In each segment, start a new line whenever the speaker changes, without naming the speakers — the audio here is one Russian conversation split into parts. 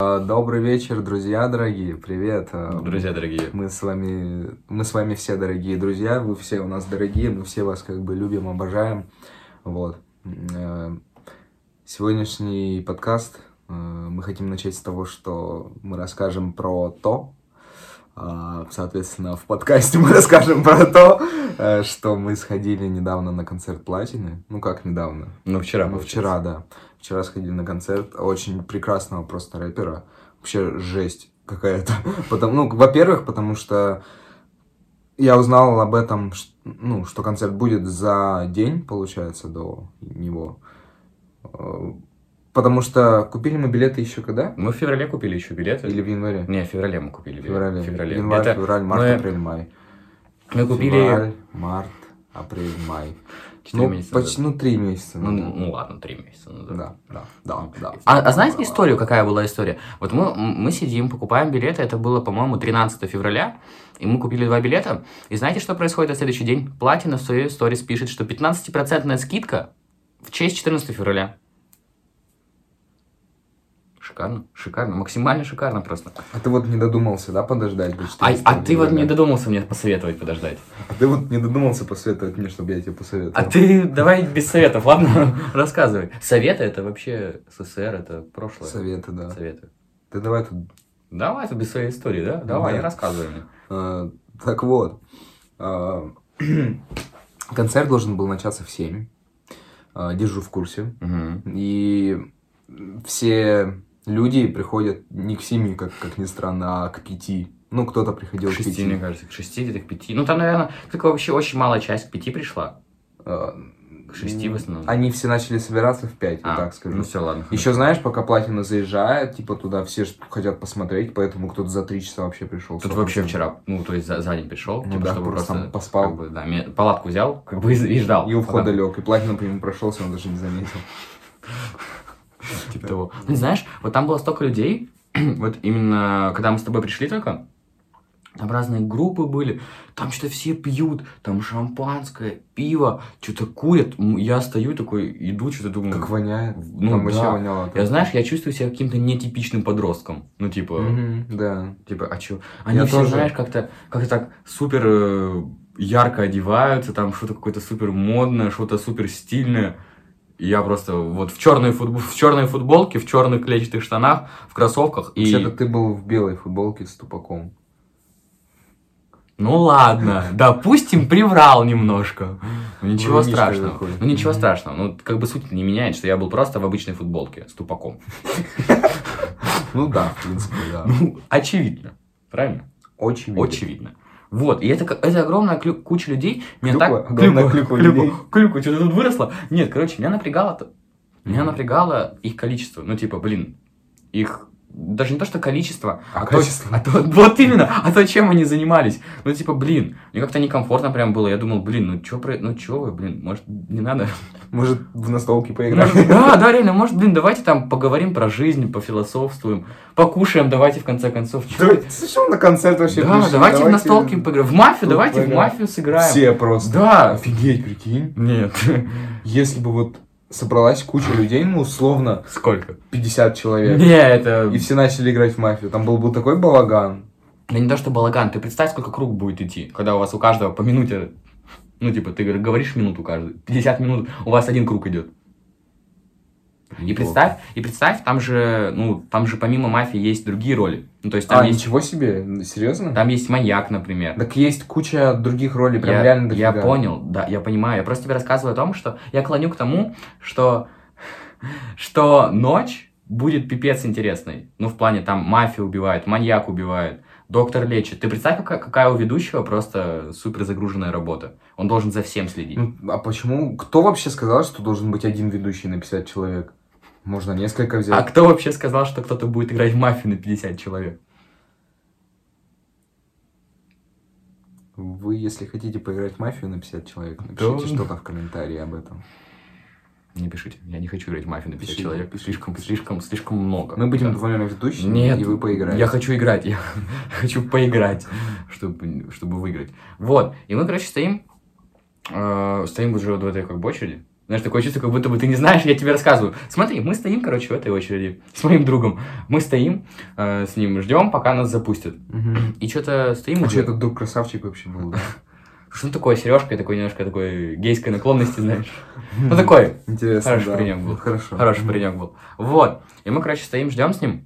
А, Добрый вечер, друзья дорогие, привет. Э,
Друзья дорогие,
Мы с вами, мы с вами все дорогие друзья, вы все у нас дорогие, мы все вас как бы любим, обожаем. Вот. Э, Сегодняшний подкаст э, мы хотим начать с того, что мы расскажем про то, э, соответственно, в подкасте мы расскажем про то, э, что мы сходили недавно на концерт Платины. Ну как недавно?
ну вчера
Ну,
получается.
вчера, да. Вчера сходили на концерт очень прекрасного просто рэпера. Вообще жесть какая-то. Потому, ну, во-первых, потому что я узнал об этом, ш- ну, что концерт будет за день, получается, до него. Э, Потому что купили мы билеты еще когда?
Мы в феврале купили еще билеты.
Или в январе?
Не, в феврале мы купили
В
билеты.
феврале.
В феврале.
Январь,
Это
февраль, март,
мы-
апрель, май.
Мы купили
Февраль, март, апрель, май.
4
Ну,
месяца
почти,
назад.
ну, три месяца.
Ну,
назад.
ну ладно, 3 месяца назад.
Да, да, да, да.
А, а знаете историю, какая была история? Вот мы, мы сидим, покупаем билеты, это было, по-моему, 13 февраля, и мы купили два билета, и знаете, что происходит на следующий день? Платина в своей сторис пишет, что 15% скидка в честь 14 февраля. Шикарно, шикарно, максимально шикарно просто.
А ты вот не додумался, да, подождать до
А,
14
а ты вот не
февраля?
додумался мне посоветовать подождать.
А ты вот не додумался посоветовать мне, чтобы я тебе посоветовал.
А ты давай без советов, ладно? Рассказывай. Советы это вообще СССР, это прошлое.
Советы, да.
Советы.
Ты давай тут...
Давай ты без своей истории, да? Давай,
Да.
рассказывай мне.
э, так вот. э, концерт должен был начаться в 7. Э, держу в курсе.
Мгм.
И все люди приходят не к 7, как, как ни странно, а к 5. Ну, кто-то приходил
К
к
шести,
5.
мне кажется, к шести где-то к пяти. Ну, там, наверное, только вообще очень малая часть к пяти пришла. К шести в основном.
А, Они все начали собираться в 5,
А,
так скажу.
Ну, все, ладно. хорошо.
Еще знаешь, пока Платина заезжает, типа туда все ж хотят посмотреть, поэтому кто-то за три часа вообще пришел.
Тут вообще вчера, ну, то есть за, за день пришел,
Ну
типа,
да,
чтобы
просто
просто...
там поспал.
как бы, да, ме- палатку взял, как бы, и, и ждал.
И у входа
Потом-
лег, и Платина по нему прошелся, он даже не заметил.
Типа того. Ну, знаешь, вот там было столько людей, вот именно, когда мы с тобой пришли только, там разные группы были, там что-то все пьют, там шампанское, пиво, что-то курят. М, Я стою такой, иду, что-то думаю.
Как воняет.
Ну
Там вообще
да.
воняло.
Я, знаешь, я чувствую себя каким-то нетипичным подростком. Ну, типа,
Мгм, Да.
типа, а чё? Они все,
тоже.
знаешь, как-то как так супер э, ярко одеваются, там что-то какое-то супер модное, что-то супер стильное. И я просто вот в черной, футбол, в черной футболке, в черных клетчатых штанах, в кроссовках. И...
Вообще-то ты был в белой футболке с тупаком.
Ну ладно, допустим, приврал немножко. Ну, Ничего
Врунишка
страшного.
какой.
Ну ничего
Мгм.
страшного. Ну как бы суть не меняет, что я был просто в обычной футболке с тупаком.
Ну да, в принципе, да.
Ну, очевидно. Правильно?
Очень
Очевидно. Вот, и это, как- это огромная клю- куча людей. Меня
Клюква?
так...
Огромная клюква людей.
что-то тут выросло. Нет, короче, меня напрягало-то. Меня
Мгм.
напрягало их количество. Ну, типа, блин, их... Даже не то, что количество,
А
то-
качество?
а то- вот именно, а то, чем они занимались. Ну, типа, блин, мне как-то некомфортно прям было. Я думал, блин, ну, чё, про... ну, чё вы, блин, может, не надо?
Может, в настолке
Может,
поиграем?
да, да, реально, может, блин, давайте там поговорим про жизнь, пофилософствуем, покушаем, давайте, в конце концов. Чё вы-
Ты что на концерт вообще
да,
пришли?
давайте в настолки поиграем. В мафию,
тут
давайте в
поиграем.
мафию сыграем.
Ну, Все просто.
Да.
Офигеть, прикинь.
Нет.
Если бы вот собралась куча людей, ну, условно,
Сколько?
50 человек.
Не, это...
И все начали играть в мафию. Там был, был такой балаган.
Да не то, что балаган. Ты представь, сколько круг будет идти, когда у вас у каждого по минуте... Ну, типа, ты говоришь минуту каждый, 50 минут, у вас один круг идет. И представь, и представь, там же, ну, там же помимо мафии есть другие роли. Ну, то есть там
а,
есть,
ничего себе? Серьезно?
там есть маньяк, например.
Так есть куча других ролей, прям
я,
реально
я
дофига.
понял, да, я понимаю. Я просто тебе рассказываю о том, что я клоню к тому, что, что ночь будет пипец интересной. Ну, в плане там мафия убивает, маньяк убивает, доктор лечит. Ты представь, какая, какая у ведущего просто супер загруженная работа. Он должен за всем следить.
Ну, а почему? Кто вообще сказал, что должен быть один ведущий на 50 человек? Можно несколько взять.
А кто вообще сказал, что кто-то будет играть в мафию на 50 человек?
Вы, если хотите поиграть в мафию на 50 человек,
Да.
напишите что-то в комментарии об этом.
Не пишите, я не хочу играть в мафию на 50
Пишите,
человек.
пишите,
слишком,
пишите.
слишком, слишком много.
Мы будем
Да.
двумя ведущими,
Нет,
и вы поиграете.
Я хочу играть, я хочу поиграть, чтобы, чтобы выиграть. Вот, и мы, короче, стоим, э, стоим уже вот в этой как бы очереди, Знаешь, такое чувство, как будто бы ты не знаешь, я тебе рассказываю. Смотри, мы стоим, короче, в этой очереди с моим другом. Мы стоим, э, с ним ждем, пока нас запустят.
Мгм.
И что-то стоим
А что
уже.
этот друг красавчик вообще был? да?
Что такое сережка, такой немножко такой гейской наклонности, знаешь. Ну такой,
Интересно,
Хороший
да.
паренек был.
Хорошо.
Хороший паренек был. Вот. И мы, короче, стоим, ждем с ним.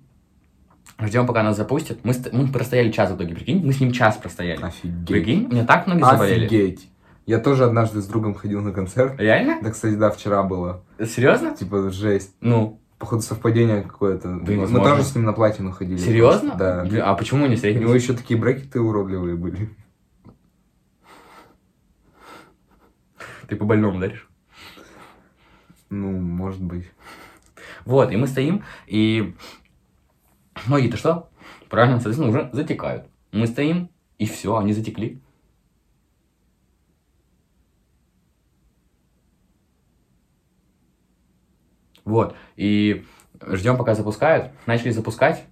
Ждем, пока нас запустят. Мы, ст- мы простояли час в итоге, прикинь? Мы с ним час простояли.
Офигеть.
Прикинь, у меня так многие заболели.
Офигеть. Я тоже однажды с другом ходил на концерт.
Реально?
Да, кстати, да, вчера было.
Серьезно?
Типа, жесть.
Ну,
Походу, совпадение какое-то. Мы
невозможно.
тоже с ним на платину ходили.
серьезно?
Да. Ну,
А почему не
У него
встретились?
еще такие брекеты уродливые были.
Ты по больному даришь?
Ну, может быть.
Вот, и мы стоим, и ноги-то что? Правильно, соответственно, уже затекают. Мы стоим, и все, они затекли. Вот, и ждем, пока запускают. Начали запускать.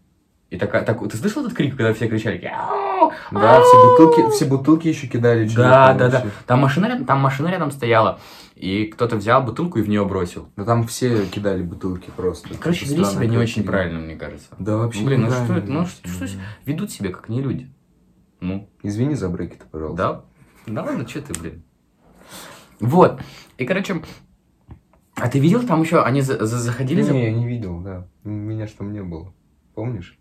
И такая, так, ты слышал этот крик, когда все кричали? «Мяу!
Да, все бутылки, все бутылки еще кидали. через
А. Да,
это
да, да.
вообще.
Там машина, рядом- там машина рядом стояла, и кто-то взял бутылку и в нее бросил.
Да там все кидали бутылки просто. Типа,
Короче, вели
Странно,
себя не
как
очень
кидали.
правильно, мне кажется.
Да вообще.
Блин, ну
неправильно.
что это, ну что- что с- Ведут себя как не люди. Ну,
Извини за брекеты, пожалуйста.
да. Да ладно, что ты, блин. Вот. И, короче, а ты видел, там еще они за- за- заходили за-
Не, я не видел, да. У меня что не было. Помнишь?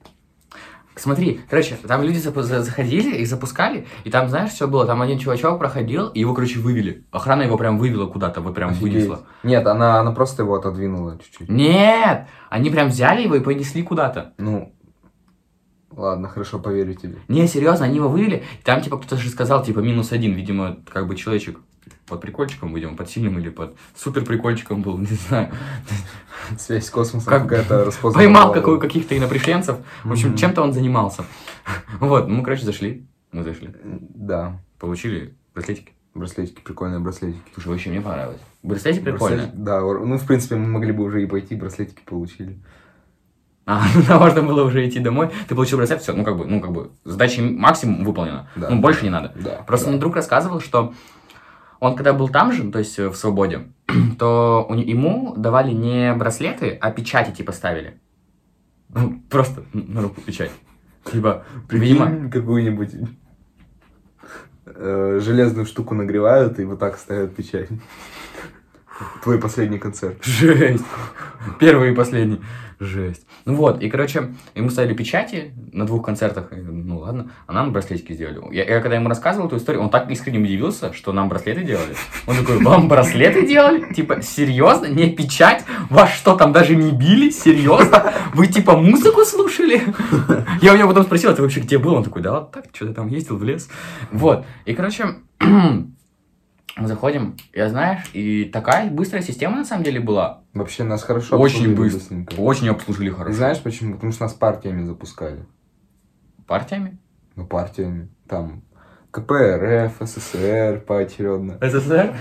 Смотри, короче, там люди запу- за- заходили, их запускали, и там, знаешь, все было. Там один чувачок проходил, и его, короче, вывели. Охрана его прям вывела куда-то, вот прям вынесла.
Нет, она, она просто его отодвинула чуть-чуть.
Нет! Они прям взяли его и понесли куда-то.
Ну, ладно, хорошо, поверю тебе.
Не, серьезно, они его вывели. И там, типа, кто-то же сказал, типа, минус один, видимо, как бы человечек под прикольчиком, видимо, под сильным или под супер прикольчиком был, не знаю.
Связь с космосом
Как-
какая-то распознанная.
Поймал
была.
какую- каких-то инопришленцев. В общем,
Мгм.
чем-то он занимался. Вот, ну, мы, короче, зашли. Мы зашли.
Да,
Получили браслетики.
браслетики, прикольные браслетики.
Слушай, вообще мне понравилось. Браслетик прикольно.
Браслетики, да, ур- ну, в принципе, мы могли бы уже и пойти, браслетики получили.
А, ну, можно было уже идти домой. Ты получил браслет, все, ну как бы, ну как бы, задача максимум выполнена.
Да.
Ну, больше не надо.
Да.
Просто ну,
да.
мне друг рассказывал, что он когда был там же, то есть э, в свободе, то у не- ему давали не браслеты, а печати типа ставили. Ну, Просто на руку печать. Типа, видимо,
Прикинь, какую-нибудь э, железную штуку нагревают и вот так ставят печать. Твой последний концерт.
жесть. Первый и последний. Жесть. Ну вот, и, короче, ему ставили печати на двух концертах. И, Ну ладно, а нам браслетики сделали. Я, я когда ему рассказывал эту историю, он так искренне удивился, что нам браслеты делали. Он такой, вам браслеты делали? Типа, серьезно? Не печать? Вас что, там даже не били? Серьезно? Вы типа музыку слушали? Я у него потом спросил, а ты вообще где был? Он такой, да вот так, что-то там ездил в лес. Вот, и, короче, мы заходим, я знаешь, и такая быстрая система на самом деле была.
Вообще нас хорошо
Очень
обслужили
быстро.
быстренько.
Очень обслужили
И
хорошо.
знаешь почему? Потому что нас партиями запускали.
Партиями?
Ну, партиями. Там КПРФ, СССР поочередно.
СССР?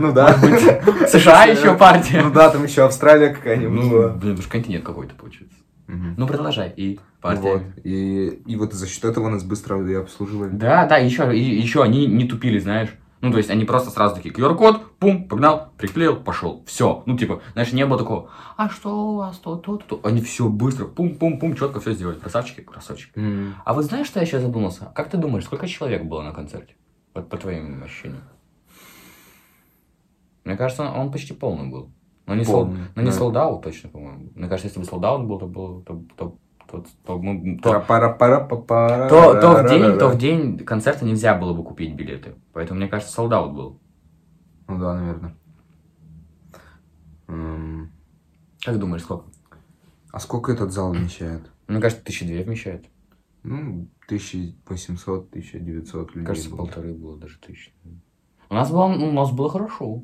Ну да.
США еще партия.
Ну да, там еще Австралия какая-нибудь
Ну,
была.
блин, уж континент какой-то получается.
Мгм.
Ну, продолжай. И
Вот.
партия.
И, и вот за счет этого нас быстро и обслуживали.
Да, да, еще, и, еще они не тупили, знаешь. Ну, то есть они просто сразу такие, QR-код, пум, погнал, приклеил, пошел. Все. Ну, типа, знаешь, не было такого, а что у вас то, то, то. Они все быстро, пум-пум-пум, четко все сделали. Красавчики, красавчики.
М.
А вот знаешь, что я сейчас задумался? Как ты думаешь, сколько человек было на концерте? Вот по твоим ощущениям. Мне кажется, он, он почти полный был. Но не, сол-
Полный,
но не
да.
солдаут точно, по-моему. Мне кажется, если бы солдаут был, то было... То, то, то, то мы- то-
Пара-пара-пара-пара.
то- то в день, то в день концерта нельзя было бы купить билеты. Поэтому, мне кажется, солдаут был.
Ну да, наверное.
Эм.
М,
Как думаешь, сколько?
А сколько этот зал вмещает?
Мне кажется, тысячи две вмещает.
Ну, 1800-1900 людей.
Мне кажется,
было.
полторы было даже тысячи. У нас было, у нас было хорошо.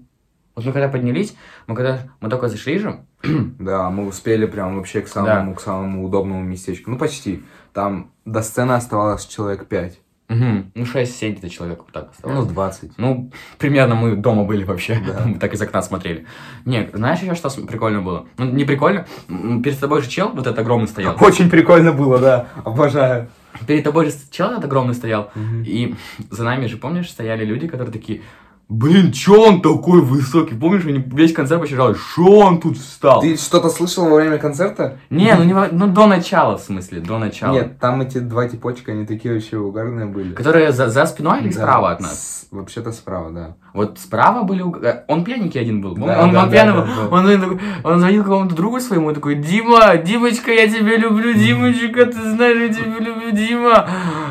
Вот мы когда поднялись, мы когда мы только зашли же,
Да, мы успели прям вообще к самому, к самому удобному местечку. Ну, почти. Там до сцены оставалось человек 5.
Мгм. Ну, 6-7 где-то человек вот так
Ну,
осталось.
20.
Ну, примерно мы дома были вообще.
Да.
Мы так из окна смотрели. Не, знаешь еще, что с- прикольно было? Ну, не прикольно. М, Перед тобой же чел вот этот огромный стоял.
Очень прикольно было, да. Обожаю.
Перед тобой же с- чел этот огромный стоял. И за нами же, помнишь, стояли люди, которые такие... Блин, чё он такой высокий? Помнишь, они весь концерт вообще жаловались, что он тут встал?
Ты что-то слышал во время концерта?
Не, ну, не, во- ну до начала, в смысле, до начала.
Нет, там эти два типочка, они такие вообще угарные были.
Которые за, за спиной или
Да.
справа от нас?
С- Вообще-то справа, да.
Вот справа были... уг- э, Он пьяненький один был. помню?
Да,
он,
да,
он
да,
пьяный
да,
был.
да.
Он, такой- он звонил какому-то другу своему и такой, Дима, Димочка, я тебя люблю, Димочка, ты знаешь, я тебя люблю, Дима.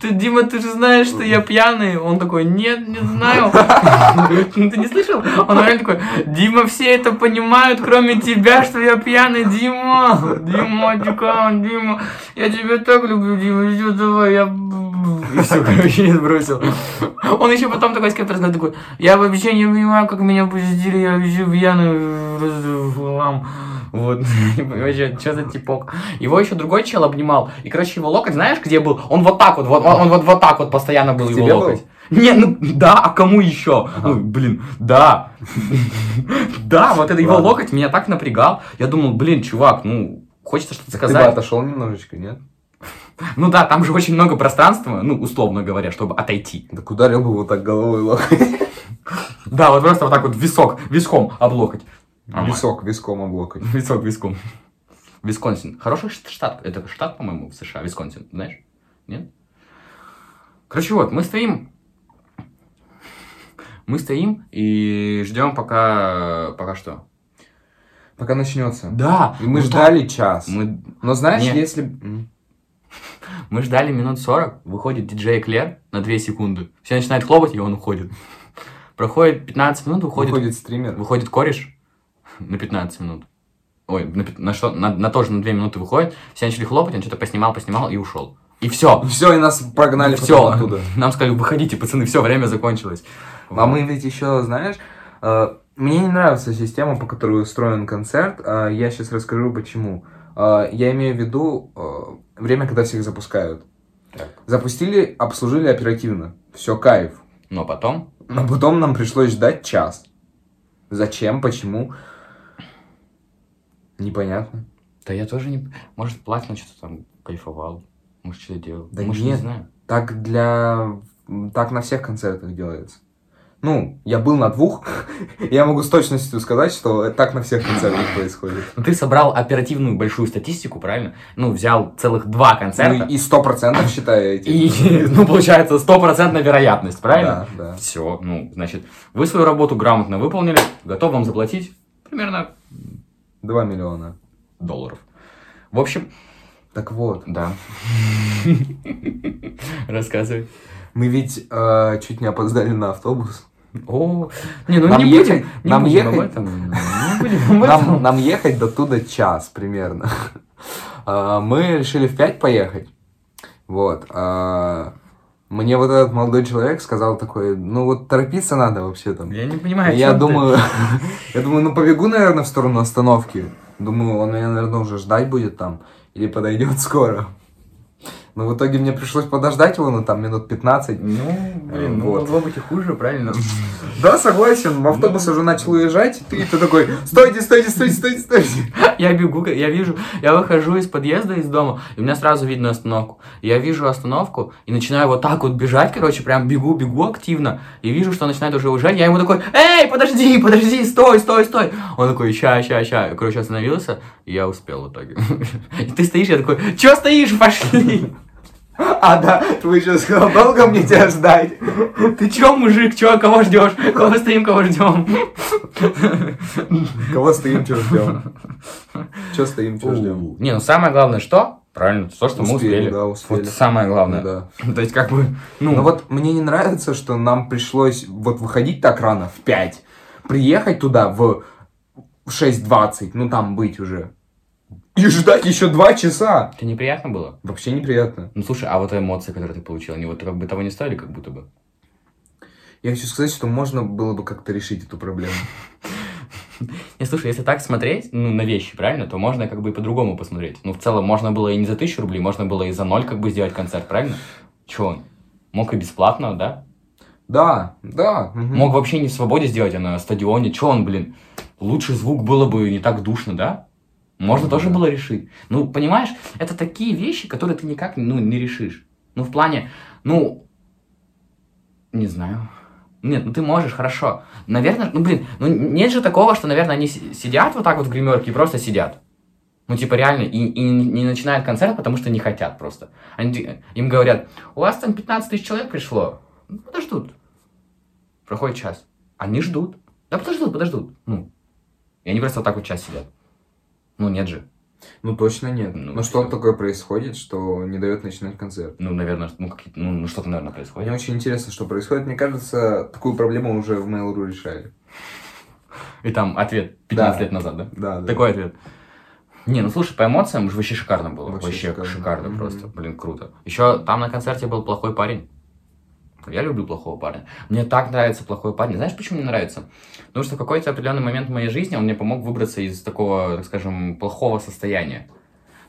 Ты, Дима, ты же знаешь, что я пьяный. Он такой, нет, не знаю. Ну, Ты не слышал? Он реально такой, Дима, все это понимают, кроме тебя, что я пьяный, Дима. Дима, Дима, я тебя так люблю, Дима, всё, давай, я... И все, короче, не сбросил. Он еще потом такой с кем-то разговаривает, такой, я вообще не понимаю, как меня посетили, я вообще пьяный, просто хлам». Вот, вообще, что за типок. Его еще другой чел обнимал, и, короче, его локоть, знаешь, где был? Он вот так вот, вот он, он вот, вот так вот постоянно был
К
его
тебе
локоть. Не, ну да, а кому еще?
Ага.
Ну, блин, да. Да, вот это его
Ладно.
локоть меня так напрягал. Я думал, блин, чувак, ну, хочется что-то
Ты бы
сказать.
отошел немножечко, нет?
Ну да, там же очень много пространства, ну, условно говоря, чтобы отойти.
Так ударил бы вот так головой локоть.
Да, вот просто вот так вот висок, виском облокоть. Нормально.
Висок, виском об локоть.
Висок виском. Висконсин. Хороший шт- штат. Это штат, по-моему, в США. Висконсин. Знаешь? Нет? Короче, вот, мы стоим. Мы стоим и ждем пока... Пока что?
Пока начнется.
Да.
И мы
ну
ждали час.
да. Мы,
Но знаешь,
Нет.
если... М.
мы ждали минут 40. Выходит диджей Клер на 2 секунды. Все начинают хлопать, и он уходит. Проходит 15 минут,
Выходит,
уходит
стример.
Выходит кореш на 15 минут. Ой, на, пят- на что? На, на тоже на 2 минуты выходит. Все начали хлопать, он что-то поснимал, поснимал и ушел. И все.
И все, и нас прогнали
все.
потом оттуда.
Нам сказали, выходите, пацаны, все, время закончилось.
А мы ведь еще, знаешь, э, мне не нравится система, по которой устроен концерт. а Я сейчас расскажу, почему. Э, Я имею в виду э, время, когда всех запускают.
Так.
Запустили, обслужили оперативно. Все, кайф.
Но потом...
А потом нам пришлось ждать час. Зачем, почему? Непонятно.
Да я тоже не... Может, платно что-то там кайфовал. Может, что-то делал.
Да
Может, не
нет.
знаю.
Так для... Так на всех концертах делается. Ну, я был на двух, я могу с точностью сказать, что так на всех концертах происходит.
Ну, ты собрал оперативную большую статистику, правильно? Ну, взял целых два концерта.
Ну, и сто процентов считаю эти.
и, ну, получается, стопроцентная вероятность, правильно?
Да, да.
Все, ну, значит, вы свою работу грамотно выполнили, готов вам заплатить примерно
Два миллиона.
долларов. В общем,
Так вот,
да. Рассказывай.
мы ведь э, чуть не опоздали на автобус.
О, не, ну
Нам
не
ехать-
будем, не
нам
будем об
ехать-
этом. Не будем об
Нам,
этом.
нам ехать до туда час примерно. Э, Мы решили в пять поехать. Вот. э, Мне вот этот молодой человек сказал такой, ну вот торопиться надо вообще там.
Я не понимаю, о
я
чём ты.
думаю, я думаю, ну побегу, наверное, в сторону остановки. Думаю, он меня, наверное, уже ждать будет там. Или подойдет скоро. Но в итоге мне пришлось подождать его, ну там минут 15.
Ну, блин, ну
Вот.
могло быть и хуже, правильно?
Да, согласен, автобус уже начал уезжать, и ты, и ты такой, стойте, стойте, стойте, стойте, стойте.
Я бегу, я вижу, я выхожу из подъезда, из дома, и у меня сразу видно остановку. Я вижу остановку и начинаю вот так вот бежать, короче, прям бегу, бегу активно. И вижу, что он начинает уже уезжать. Я ему такой, эй, подожди, подожди, стой, стой, стой. Он такой, ща, ща, ща. И, Короче, остановился, и я успел в итоге. И ты стоишь, я такой, чё стоишь, пошли.
А, да, твой еще сказал, долго мне тебя ждать?
Ты чё, мужик, чё, кого ждешь? Кого стоим, кого ждем?
Кого стоим, чего ждем? Че стоим, чего ждем?
Не, ну самое главное, что? Правильно, то, что мы
Успели,
успели.
да, успели. Ну
Вот самое главное.
Да.
То есть, как бы, ну,
Ну вот мне не нравится, что нам пришлось вот выходить так рано, в 5, приехать туда в 6.20, ну там быть уже, и ждать еще 2 часа.
это неприятно было.
Вообще неприятно.
Ну, слушай, а вот эмоции, которые ты получил, они вот как бы того не стоили, как будто бы?
Я хочу сказать, что можно было бы как-то решить эту проблему.
Не, слушай, если так смотреть, ну, на вещи, правильно, то можно как бы и по-другому посмотреть. Ну, в целом, можно было и не за тысячу рублей, можно было и за ноль как бы сделать концерт, правильно? Чего он? Мог и бесплатно, да?
Да, да. мгм.
Мог вообще не в свободе сделать, а на стадионе. Чего он, блин? Лучше звук было бы не так душно, да? Можно
Ну,
тоже
да.
было решить. Ну, понимаешь, это такие вещи, которые ты никак ну, не решишь. Ну, в плане, ну, не знаю. Нет, ну ты можешь, хорошо. Наверное, ну блин, ну нет же такого, что, наверное, они си- сидят вот так вот в гримерке и просто сидят. Ну, типа, реально, и, и не начинают концерт, потому что не хотят просто. Они, ди- им говорят, у вас там 15 тысяч человек пришло. Ну, подождут. Проходит час. Они ждут. Да подождут, подождут. Ну. И они просто вот так вот час сидят. Ну, нет же.
Ну, точно нет.
Ну,
Ну, что
всё.
такое происходит, что не дает начинать концерт?
Ну, наверное, ну, какие-то- ну, ну, что-то, наверное,
Мне
происходит.
очень интересно, что происходит. Мне кажется, такую проблему уже в Mail.ru решали.
И там ответ 15
Да.
лет назад, да?
Да, да.
Такой ответ. Не, ну слушай, по эмоциям ж вообще шикарно было.
Вообще
Вообще,
шикарно.
шикарно,
Мгм.
просто. Блин, круто. Еще там на концерте был плохой парень. Я люблю плохого парня. Мне так нравится плохой парень. Знаешь, почему мне нравится? Потому что в какой-то определенный момент в моей жизни он мне помог выбраться из такого, так скажем, плохого состояния.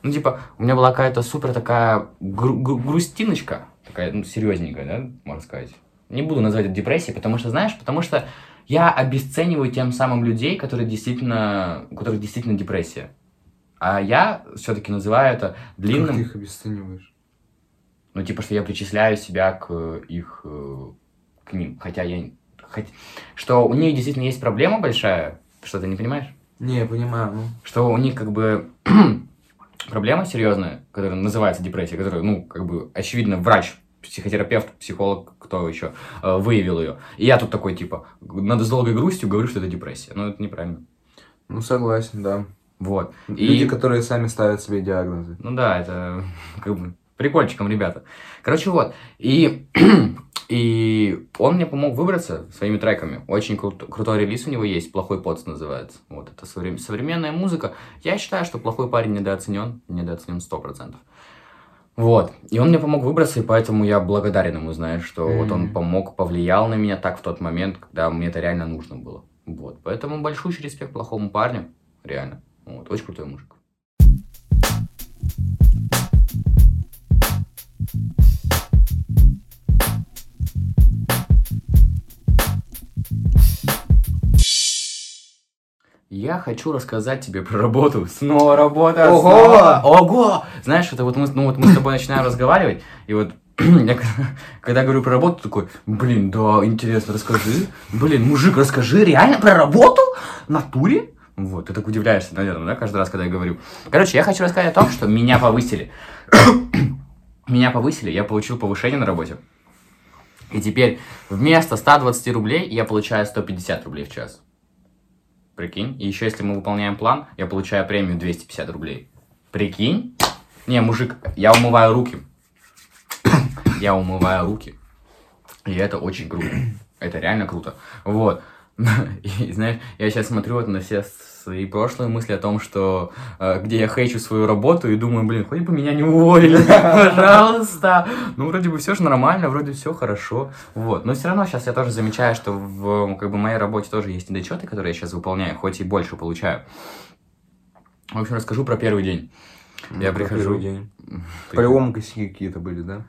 Ну, типа, у меня была какая-то супер такая гру- гру- грустиночка, такая, ну, серьезненькая, да, можно сказать. Не буду назвать это депрессией, потому что, знаешь, потому что я обесцениваю тем самым людей, которые действительно, у которых действительно депрессия. А я все-таки называю это
Как
длинным,
ты их обесцениваешь?
ну, типа, что я причисляю себя к э, их, э, к ним, хотя я, н- хоть- что у них действительно есть проблема большая, что ты не понимаешь?
Не, я понимаю, ну.
что у них как бы проблема серьезная, которая называется депрессия, которую, ну, как бы, очевидно, врач, психотерапевт, психолог, кто еще, э, выявил ее. И я тут такой, типа, надо с долгой грустью говорю, что это депрессия. Ну, это неправильно.
Ну, согласен, да.
Вот. И-
Люди, которые сами ставят себе диагнозы.
Ну да, это как бы прикольчиком, ребята. Короче, вот. И, и он мне помог выбраться своими треками. Очень крут- крутой релиз у него есть, «Плохой поц» называется. Вот, это соврем- современная музыка. Я считаю, что «Плохой парень» недооценен, недооценен 100%. Вот. И он мне помог выбраться, и поэтому я благодарен ему, знаешь, что вот он
Мгм.
помог, повлиял на меня так в тот момент, когда мне это реально нужно было. Вот. Поэтому большущий респект плохому парню. Реально. Вот. Очень крутой мужик. Я хочу рассказать тебе про работу. Снова работа.
Ого!
снова- Ого! Знаешь, это вот мы, ну, вот мы с тобой начинаем разговаривать, и вот я к- когда говорю про работу, такой, блин, да, интересно, расскажи. Блин, мужик, расскажи реально про работу? В натуре? Вот, ты так удивляешься, наверное, да, каждый раз, когда я говорю. Короче, я хочу рассказать о том, что меня повысили. меня повысили, я получил повышение на работе. И теперь вместо 120 рублей я получаю 150 рублей в час. Прикинь. И еще если мы выполняем план, я получаю премию 250 рублей. Прикинь. Не, мужик, я умываю руки. я умываю руки. И это очень круто. Это реально круто. Вот. И знаешь, я сейчас смотрю вот на все свои прошлые мысли о том, что э, где я хейчу свою работу и думаю, блин, хоть бы меня не уволили, пожалуйста. Ну, вроде бы все же нормально, вроде все хорошо. Вот. Но все равно сейчас я тоже замечаю, что в э, как бы, моей работе тоже есть недочеты, которые я сейчас выполняю, хоть и больше получаю. В общем, расскажу про первый день. Я
Как
прихожу.
первый день. По-любому косяки какие-то были, да?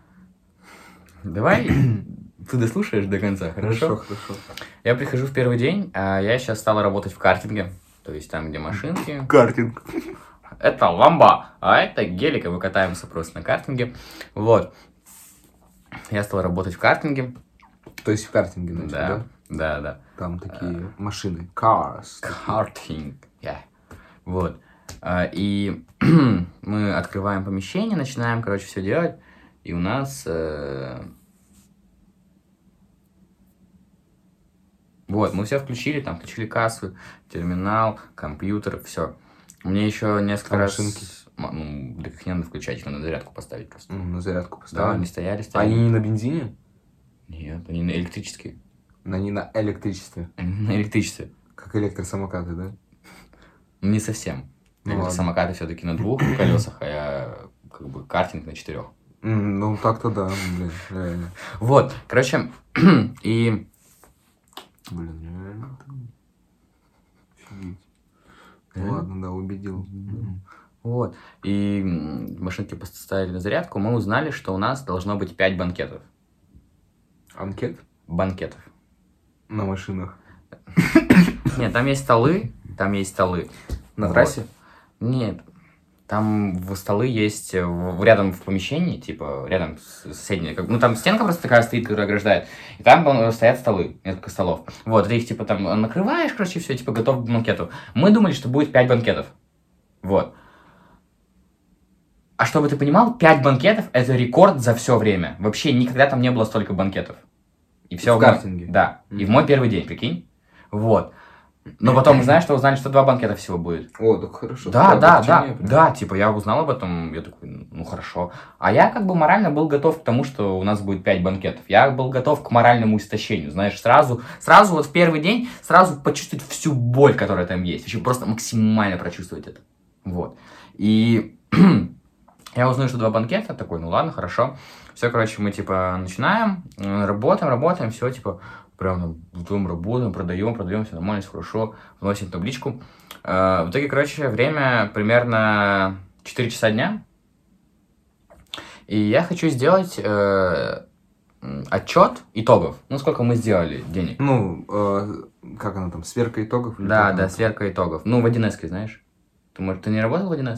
Давай ты дослушаешь до конца, хорошо?
хорошо.
Я прихожу в первый день, а я сейчас стала работать в картинге. То есть там, где машинки,
Картинг.
это ламба, а это гелик, и мы катаемся просто на картинге. Вот. Я стал работать в картинге.
То есть в картинге, значит,
Да, А.
да?
да, да.
Там такие машины. Cars.
Картинг. я. Вот. А, И мы открываем помещение, начинаем, короче, все делать. И у нас... э, Вот, мы все включили, там включили кассу, терминал, компьютер, все. Мне еще несколько
А
раз...
машинки?
М, Ну, да их не надо включать, их надо на зарядку поставить просто.
Ну, на зарядку
Да, они
поставили.
стояли, стояли.
Они не на бензине?
Нет, они на электрические.
Они на электричестве.
Они на электричестве.
Как электросамокаты, да?
Ну, Не совсем.
Ну,
Электросамокаты
ладно.
все-таки на двух колесах, а я, как бы картинг на четырех.
М, Ну, так-то да, блин, реально.
Вот, короче, и
Блин, реально. там. Офигеть.
Реально?
Ладно, да, убедил.
Мгм. вот, и м, машинки поставили на зарядку, мы узнали, что у нас должно быть 5 банкетов.
Анкет
Банкетов.
на машинах.
Нет, там есть столы, там есть столы.
На
Вот.
трассе?
Нет, Там в столы есть э, в- рядом в помещении, типа рядом с соседней, как- ну там стенка просто такая стоит, которая ограждает, и там э, стоят столы, несколько столов. Вот, ты их типа там накрываешь, короче, все, типа готов к банкету. Мы думали, что будет 5 банкетов. Вот. А чтобы ты понимал, 5 банкетов это рекорд за все время. Вообще никогда там не было столько банкетов. И все
В картинге?
Да. И в
Мгм.
мой первый день, прикинь. Вот. Но потом, знаешь, что узнали, что два банкета всего будет.
О, так хорошо.
Да,
Правда,
да, да,
течение прям.
да, типа я узнал об этом, я такой, ну хорошо. А я как бы морально был готов к тому, что у нас будет 5 банкетов. Я был готов к моральному истощению, знаешь, сразу, сразу вот в первый день, сразу почувствовать всю боль, которая там есть. Вообще просто максимально прочувствовать это. Вот. И я узнаю, что два банкета, такой, ну ладно, хорошо. Все, короче, мы типа начинаем, э, работаем, работаем, все, типа, прям там потом работаем, продаем, продаем, все нормально, все хорошо, вносим табличку. Э, В итоге, короче, время примерно 4 часа дня. И я хочу сделать отчет итогов. Ну, сколько мы сделали денег.
Ну, э, как она там, сверка итогов? или
Да,
как
да,
она?
сверка итогов. Ну, в 1С, знаешь. Ты, может, ты не работал в 1С?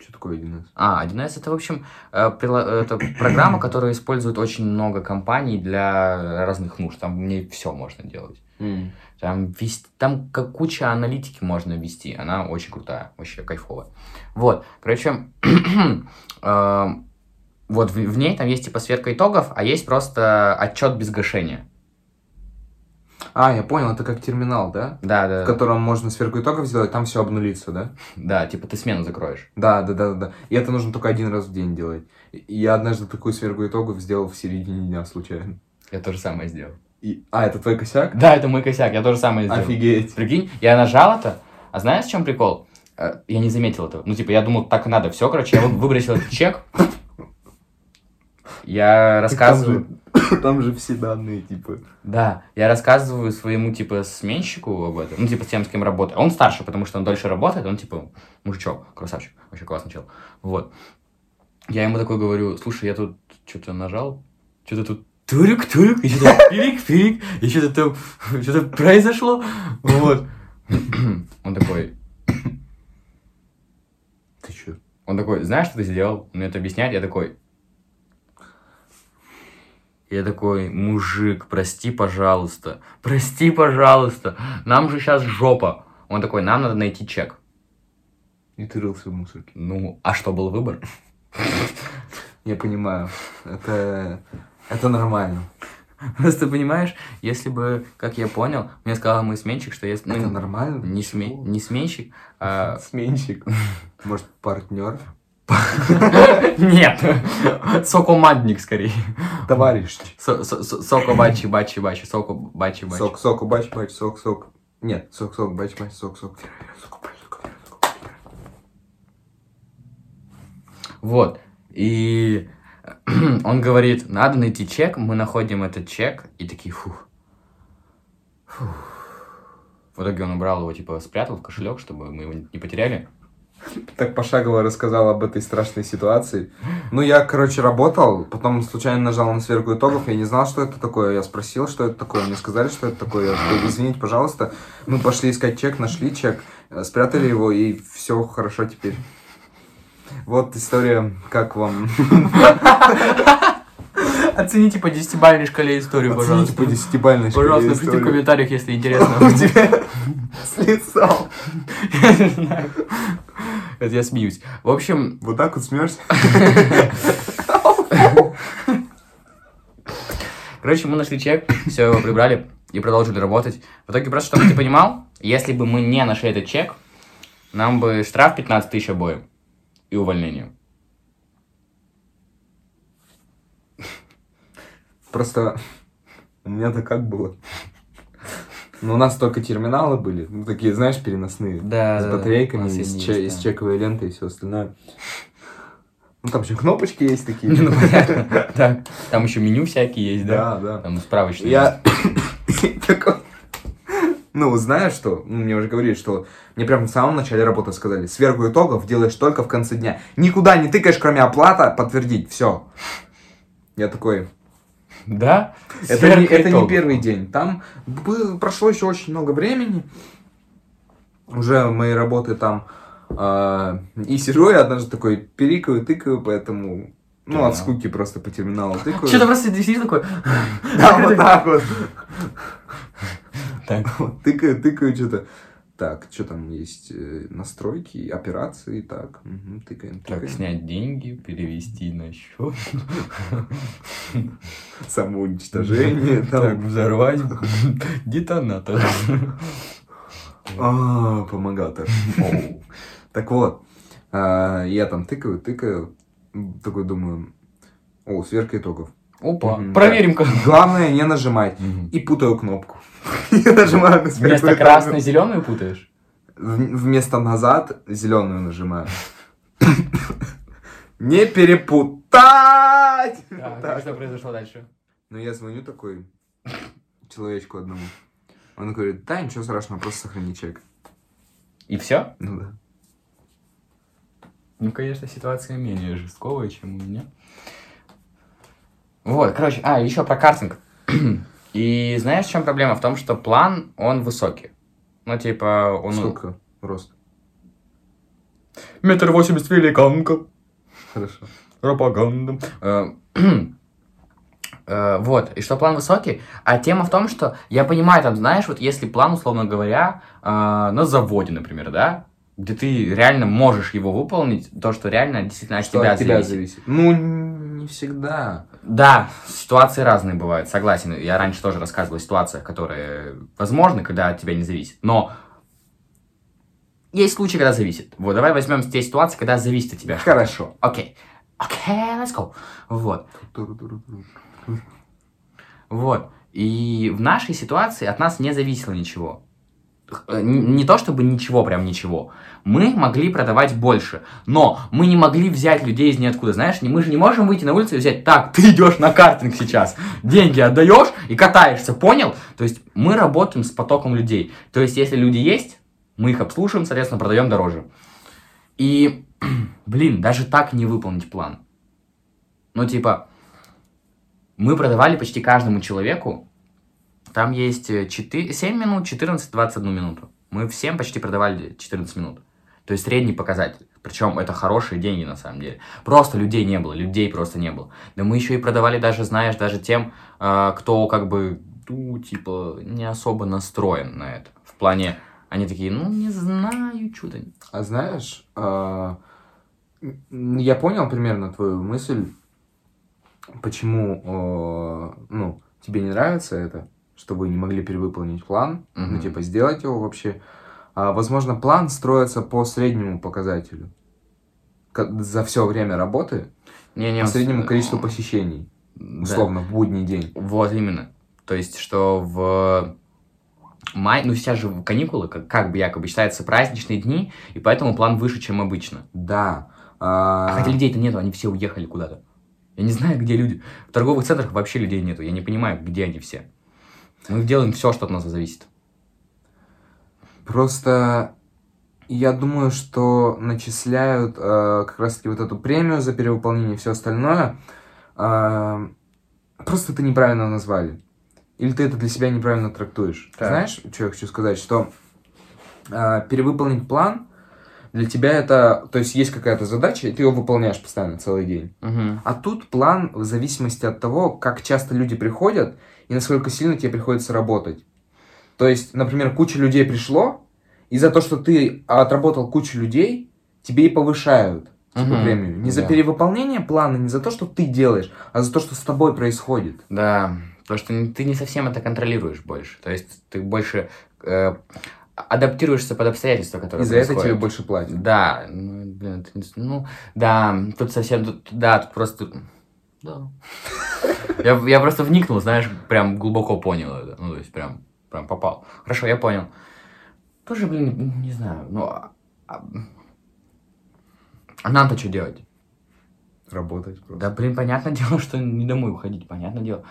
Что такое 1С?
А, 1С это, в общем, э, прила- это программа, которую использует очень много компаний для разных нужд. Там мне все можно делать.
М.
Там, вес- там как куча аналитики можно вести. Она очень крутая, вообще кайфовая. Вот, короче, э, вот в, в ней там есть типа сверка итогов, а есть просто отчет без гашения.
А, я понял, это как терминал, да?
Да,
В
да, да.
котором можно сверку итогов сделать, там все обнулится, да?
Да, типа ты смену закроешь.
Да, да, да, да, да. И это нужно только один раз в день делать. И я однажды такую сверку итогов сделал в середине дня случайно.
Я то же самое сделал.
И... А, это твой косяк?
Да, это мой косяк, я то же самое сделал.
Офигеть.
Прикинь, я нажал это, а знаешь, в чем прикол? Э, Я не заметил этого. Ну, типа, я думал, так и надо. Все, короче, я вы- выбросил этот чек. Я рассказываю...
Там же, там же все данные, типа.
Да, я рассказываю своему, типа, сменщику об этом. Ну, типа, тем, с кем работаю. А Он старше, потому что он дольше работает. Он, типа, мужичок, красавчик. Вообще классный чел. Вот. Я ему такой говорю, слушай, я тут что-то нажал. Что-то тут турик-турик, и что-то пирик-пирик, и что-то там, что-то произошло. Вот. Он такой,
Ты чё?
Он такой, знаешь, что ты сделал? Мне это объяснять. Я такой... Я такой, мужик, прости, пожалуйста. Прости, пожалуйста. Нам же сейчас жопа. Он такой, нам надо найти чек.
И ты рылся в мусорке.
Ну, а что был выбор?
Я понимаю. Это... Это нормально.
Просто понимаешь, если бы, как я понял, мне сказал мой сменщик, что если...
Это
Ну,
нормально?
не, сме-
Чего?
не сменщик, а
Сменщик. Может, партнер?
Нет, сокомандник скорее.
Товарищ.
Со- со- со- Соко бачи бачи бачи, соко бачи бачи.
Сок, сок, бач, бач, сок, сок. Нет, сок, сок, бач, бач, сок, сок. Сок, бач, сок, бач, сок.
Вот. И он говорит, надо найти чек, мы находим этот чек, и такие, фух. Фух. В итоге он убрал его, типа, спрятал в кошелек, чтобы мы его не потеряли.
так пошагово рассказал об этой страшной ситуации. Ну, я, короче, работал, потом случайно нажал на сверку итогов, я не знал, что это такое, я спросил, что это такое, мне сказали, что это такое, я такой, извините, пожалуйста. Мы пошли искать чек, нашли чек, э, спрятали его, и все хорошо теперь. Вот история, как вам.
Оцените по 10-бальной шкале историю,
Оцените по десятибальной шкале
Пожалуйста, напишите в
историю.
комментариях, если
У
интересно.
тебя с лицом.
Я не знаю. Это я смеюсь. В общем,
Вот так вот смеешься?
короче, мы нашли чек, все его прибрали и продолжили работать. В итоге, просто чтобы ты понимал, если бы мы не нашли этот чек, нам бы штраф 15 тысяч обоим и увольнение.
Просто у меня-то как было? Ну, у нас только терминалы были, ну, такие, знаешь, переносные.
Да,
с
да, да. У
батарейками,
нас
и с,
они
че- и
есть,
с
да.
чековой лентой и все остальное. Ну, там еще кнопочки есть такие.
Не, ну понятно. Да. Там еще меню всякие есть, да?
Да, да.
Там справочные.
Я такой... Ну, знаешь что? Ну, Мне уже говорили, что мне прямо в самом начале работы сказали, сверху итогов делаешь только в конце дня. Никуда не тыкаешь, кроме оплата, подтвердить, все. Я такой,
Да?
это
Сверка
не, это не
итогов.
первый день. Там был- прошло еще очень много времени. Уже мои работы там А, и сижу я однажды такой перикаю, тыкаю, поэтому... Ну,
Да.
от скуки просто по терминалу тыкаю.
Что-то просто сидишь такой...
Да, вот так вот.
Так.
Вот, Тыкаю, тыкаю что-то. Так, что там есть? э, Настройки, операции, так. мгм, Тыкаем,
Так,
тыкаем.
снять деньги, перевести на счет.
Самоуничтожение.
Так,
там.
взорвать детонатор.
А, помогатор. Оу. Так вот, а, я там тыкаю, тыкаю. м, Такой думаю, о, сверка итогов.
Опа,
Мгм,
проверим-ка.
Главное не нажимать. И путаю кнопку. Я нажимаю на сверку
Вместо
итогов.
красной зеленую путаешь?
В- Вместо назад зеленую нажимаю. Не перепутать!
Так,
Так.
что произошло дальше?
Ну, я звоню такой человечку одному. Он говорит, да, ничего страшного, просто сохрани чек.
И все?
Ну да.
Ну, конечно, ситуация менее жестковая, чем у меня. Вот, короче, а, еще про картинг. И знаешь, в чем проблема? В том, что план, он высокий. Ну, типа, он...
Сколько рост?
Метр восемьдесят великанка,
Хорошо.
пропаганда. Э, э, Вот, и что план высокий, а тема в том, что я понимаю, там, знаешь, вот если план, условно говоря, э, на заводе, например, да, где ты реально можешь его выполнить, то, что реально действительно от
Что
тебя
от тебя
зависит.
зависит? Ну, не всегда.
Да, ситуации разные бывают, согласен. Я раньше тоже рассказывал о ситуациях, которые возможны, когда от тебя не зависит. Но есть случаи, когда зависит. Вот, давай возьмем те ситуации, когда зависит от тебя.
Хорошо.
Окей. Окей, let's go. Вот.
Туру-туру-туру.
Вот. И в нашей ситуации от нас не зависело ничего. Х- э, н- Не то чтобы ничего, прям ничего. Мы могли продавать больше, но мы не могли взять людей из ниоткуда. Знаешь, не- мы же не можем выйти на улицу и взять, так, ты идешь на картинг сейчас, деньги отдаешь и катаешься, понял? То есть мы работаем с потоком людей. То есть если люди есть, мы их обслуживаем, соответственно, продаем дороже. И, блин, даже так не выполнить план. Ну, типа, мы продавали почти каждому человеку. Там есть э, четы- 7 минут, 14, 21 минуту. Мы всем почти продавали 14 минут. То есть средний показатель. Причем это хорошие деньги на самом деле. Просто людей не было, людей просто не было. Да мы еще и продавали даже, знаешь, даже тем, а, кто как бы, ну, типа, не особо настроен на это. В плане, они такие, ну, не знаю, что-то.
А знаешь, а, м, я понял примерно твою мысль, почему о, ну, тебе не нравится это, что вы не могли перевыполнить план, ну,
Мгм.
типа сделать его вообще. А, возможно, план строится по среднему показателю Ко- за все время работы,
Не-не,
по
он-
А среднему количеству посещений,
э, Да.
условно, в будний день.
Вот именно. То есть, что в мае, ну сейчас же каникулы, как, как бы якобы считаются праздничные дни, и поэтому план выше, чем обычно.
Да.
А
А,
хотя людей-то нету, они все уехали куда-то. Я не знаю, где люди. В торговых центрах вообще людей нету. Я не понимаю, где они все. Мы делаем все, что от нас зависит.
Просто я думаю, что начисляют э, как раз-таки вот эту премию за перевыполнение и все остальное. э, просто это неправильно назвали. Или ты это для себя неправильно трактуешь.
Так.
Знаешь, что я хочу сказать? Что э, перевыполнить план для тебя это... То есть есть какая-то задача, и ты ее выполняешь постоянно целый день.
Мгм.
А тут план в зависимости от того, как часто люди приходят и насколько сильно тебе приходится работать. То есть, например, куча людей пришло, и за то, что ты отработал кучу людей, тебе и повышают типа,
Мгм.
премию. Не за
Да.
перевыполнение плана, не за то, что ты делаешь, а за то, что с тобой происходит.
Да, то что не- ты не совсем это контролируешь больше. То есть ты больше э, адаптируешься под обстоятельства, которые
и за это тебе
происходят.
больше платят.
Да, ну, блин, это не с- ну, да, тут совсем, тут- да, тут просто, да. Я, я просто вникнул, знаешь, прям глубоко понял это, ну, то есть прям, прям попал. Хорошо, я понял. Тоже, блин, не знаю, ну, а, а- а нам-то что делать?
Работать просто.
Да, блин, понятное дело, что не домой уходить, понятное дело.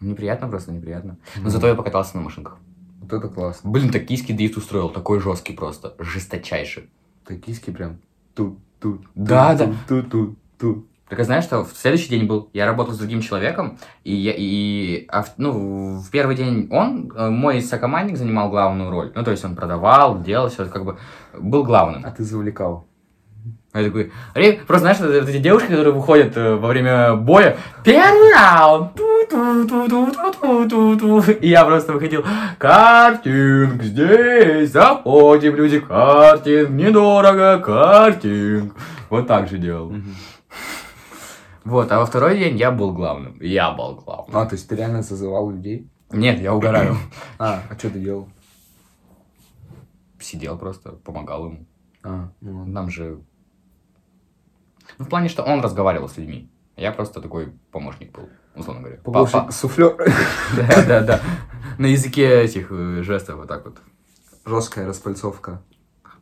Неприятно просто, неприятно. Но зато я покатался на машинках.
Вот это классно.
Блин, токийский дрифт устроил, такой жесткий просто, жесточайший.
Токийский прям. Тут, тут.
Да, да.
Тут, тут, тут.
Только знаешь, что в следующий день был, я работал с другим человеком, и, я, и а в- ну, в первый день он, э, мой сокомандник, занимал главную роль. Ну, то есть он продавал, делал все, как бы был главным.
А ты завлекал.
А Я такой, «Ре-» просто знаешь, вот эти девушки, которые выходят э, во время боя, первый раунд, ту-ту-ту-ту-ту-ту-ту-ту». и я просто выходил, картинг здесь, заходим, люди, картинг, недорого, картинг, вот так же делал. Вот, а во второй день я был главным, я был главным.
А, то есть ты реально зазывал людей?
Нет, я угораю.
А, а что ты делал?
Сидел просто, помогал ему.
А, ну ладно.
Нам же... Ну, в плане, что он разговаривал с людьми. Я просто такой помощник был, условно говоря. Папа.
Побольше суфлер.
Да, да, да. На языке этих э, жестов вот так вот.
Жесткая распальцовка.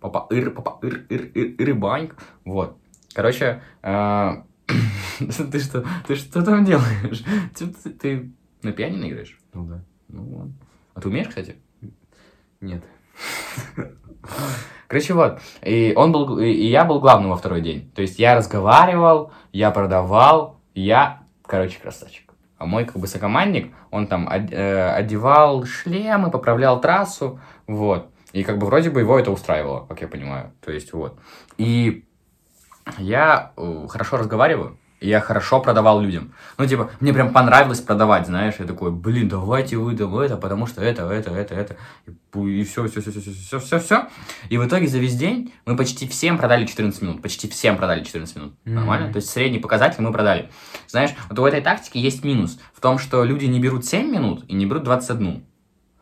Папа ыр, папа ыр, ыр, ыр, ыр, баньк. Вот. Короче, э, ты что, ты что там делаешь? Ты, ты- ты на пианино играешь?
Ну да.
Ну вот. А ты умеешь, кстати?
Нет.
Короче, вот. И он был, и- и я был главным во второй день. То есть я разговаривал, я продавал, я, короче, красавчик. А мой как бы сокомандник, он там од- э, одевал шлемы, поправлял трассу, вот. И как бы вроде бы его это устраивало, как я понимаю. То есть вот. И я э, хорошо разговариваю, и я хорошо продавал людям. Ну, типа, мне прям понравилось продавать, знаешь. Я такой, блин, давайте вы, там это, потому что это, это, это, это. И все, все, все, все, все, все, все. И в итоге за весь день мы почти всем продали 14 минут. Почти всем продали 14 минут.
Мгм.
Нормально? То есть средний показатель мы продали. Знаешь, вот у этой тактики есть минус. В том, что люди не берут 7 минут и не берут 21.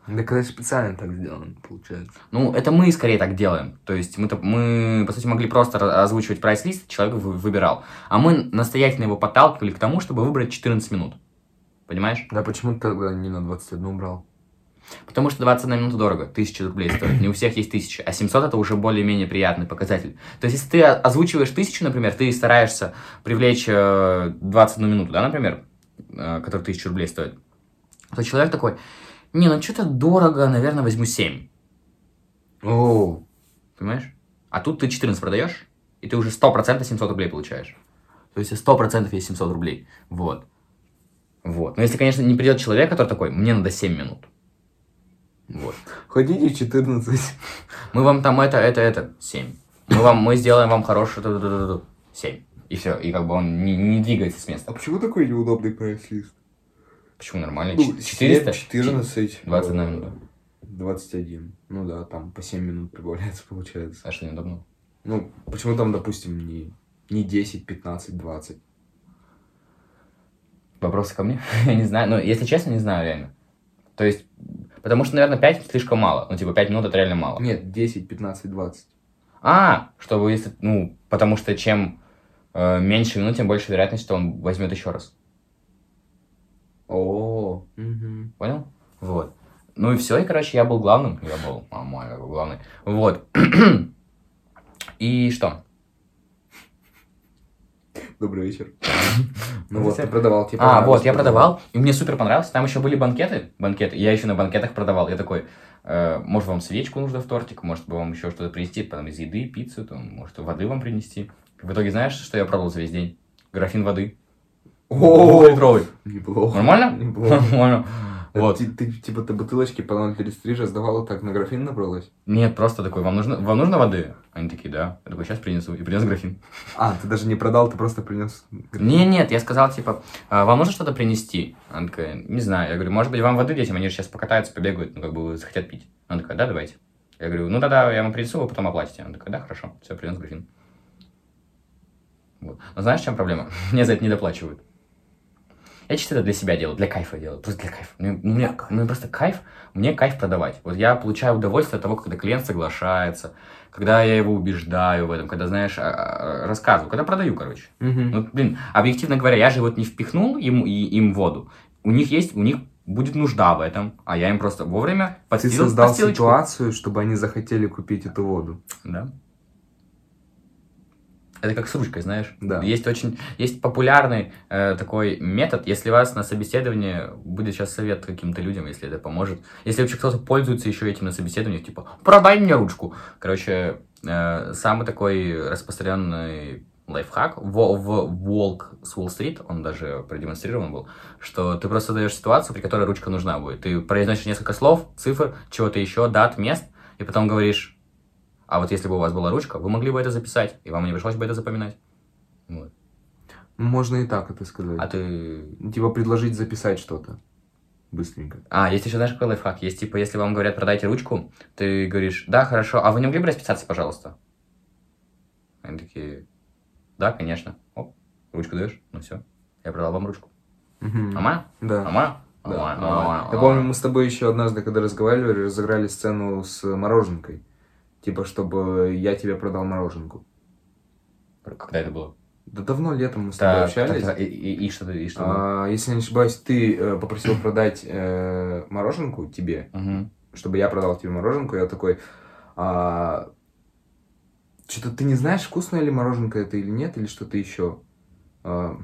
Да когда специально так сделано, получается.
Ну, это мы скорее так делаем. То есть мы, мы по сути, могли просто ра- озвучивать прайс-лист, человек вы- выбирал. А мы настоятельно его подталкивали к тому, чтобы выбрать 14 минут. Понимаешь?
Да почему ты тогда не на 21 брал?
Потому что 21 минута дорого, 1000 рублей стоит, не у всех есть 1000, а 700 это уже более-менее приятный показатель. То есть, если ты о- озвучиваешь 1000, например, ты стараешься привлечь э, 21 минуту, да, например, э, которая 1000 рублей стоит, то человек такой, не, ну что-то дорого, наверное, возьму 7,
О,
понимаешь? А тут ты 14 продаешь, и ты уже 100% 700 рублей получаешь. То есть, 100% есть 700 рублей, вот. Вот. Но если, конечно, не придет человек, который такой, мне надо 7 минут. Вот.
хотите 14?
Мы вам там это, это, это, 7. Мы вам, мы сделаем вам хорошую, ту- ту- ту- ту- ту. 7. И все, и как бы он не, не двигается с места.
А почему такой неудобный прайс-лист?
Почему нормально?
Ну,
Ч- 400?
14.
21 минута.
21. Ну да, там по 7 минут прибавляется, получается.
А что, неудобно?
Ну, почему там, допустим, не, не 10, 15, 20?
Вопросы ко мне? Я не знаю, ну, если честно, не знаю реально. То есть, потому что, наверное, 5 слишком мало. Ну, типа, 5 минут это реально мало.
Нет, 10, 15, 20.
А, чтобы если, ну, потому что чем э, меньше минут, тем больше вероятность, что он возьмет еще раз.
О,
Понял? Вот. Ну и все, и, короче, я был главным. Я был, мама, я был главный. Вот. И что?
добрый вечер.
Ну
Ну вот,
всё.
ты продавал, тебе
А,
понравилось,
вот, я продавал, и мне супер понравилось. Там еще были банкеты, банкеты. Я еще на банкетах продавал. Я такой, «Э, может, вам свечку нужно в тортик, может, бы вам еще что-то принести, потом из еды, пиццу, там, может, воды вам принести. В итоге знаешь, что я продал за весь день? Графин воды.
О,
литровый.
неплохо.
Нормально?
Неплохо.
Нормально. Вот.
Ты, ты, типа, ты бутылочки по 0,33 же сдавал и так на графин набралась?
Нет, просто такой, вам нужно, вам нужно воды? Они такие, да. Я такой, сейчас принесу. И принес графин.
А, ты даже не продал, ты просто принес.
Не, нет, я сказал, типа, «А, вам нужно что-то принести? Она такая, не знаю. Я говорю, может быть, вам воды детям, они же сейчас покатаются, побегают, ну, как бы захотят пить. Она такая, да, давайте. Я говорю, ну тогда я вам принесу, вы потом оплатите. Она такая, да, хорошо, все, принес графин. Вот. Но знаешь, в чем проблема? Мне за это не доплачивают. Я чисто это для себя делаю, для кайфа делаю, просто для кайфа. Мне, ну, мне- мне просто кайф, мне кайф продавать. Вот я получаю удовольствие от того, когда клиент соглашается, когда я его убеждаю в этом, когда, знаешь, а- а- рассказываю, когда продаю, короче.
Мгм.
Ну, блин, объективно говоря, я же вот не впихнул ему, и, им воду. У них есть, у них будет нужда в этом, а я им просто вовремя
Ты
подстелил
создал
подстилочку.
ситуацию, чтобы они захотели купить эту воду.
Да. Это как с ручкой, знаешь?
Да.
Есть очень, есть популярный э, такой метод, если вас на собеседовании будет сейчас совет каким-то людям, если это поможет. Если вообще кто-то пользуется еще этим на собеседованиях, типа, продай мне ручку. Короче, э, самый такой распространенный лайфхак, во- в Волк с Уолл-стрит, он даже продемонстрирован был, что ты просто даешь ситуацию, при которой ручка нужна будет. Ты произносишь несколько слов, цифр, чего-то еще, дат, мест, и потом говоришь, а вот если бы у вас была ручка, вы могли бы это записать, и вам не пришлось бы это запоминать. Вот.
Можно и так это сказать.
А ты...
Типа предложить записать что-то. Быстренько.
А, есть еще, знаешь, какой лайфхак? Есть, типа, если вам говорят, продайте ручку, ты говоришь, да, хорошо, а вы не могли бы расписаться, пожалуйста? Они такие, да, конечно. Оп, ручку даешь, ну все, я продал вам ручку.
Мгм.
Нормально?
Да.
Нормально?
Да,
Нормально,
нормально.
нормально,
Я помню,
нормально.
мы с тобой еще однажды, когда разговаривали, разыграли сцену с мороженкой. Типа, чтобы я тебе продал мороженку.
Когда это было?
Да давно летом мы с тобой
Так,
общались.
так, так, и, и- и что ты- и что было?
А, если я не ошибаюсь, ты э, попросил продать э, мороженку тебе,
Мгм.
чтобы я продал тебе мороженку. Я такой, что-то ты не знаешь, вкусное ли мороженка это или нет, или что-то еще. А,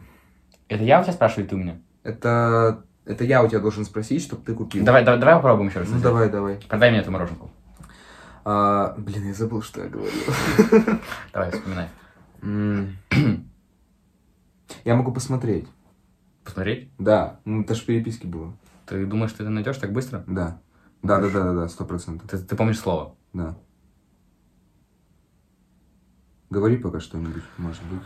Это я у тебя спрашиваю, или ты у меня?
это, это я у тебя должен спросить, чтобы ты купил.
Давай, давай, давай попробуем еще раз.
Ну давай, давай.
Продай мне эту мороженку.
А, блин, я забыл, что я говорил.
Давай, вспоминай.
М. Я могу посмотреть.
Посмотреть?
Да, ну это же переписки было.
Ты думаешь, ты это найдешь так быстро?
Да. Да, да, да, да, да, сто процентов.
Ты, ты помнишь слово?
Да. Говори пока что-нибудь, может быть.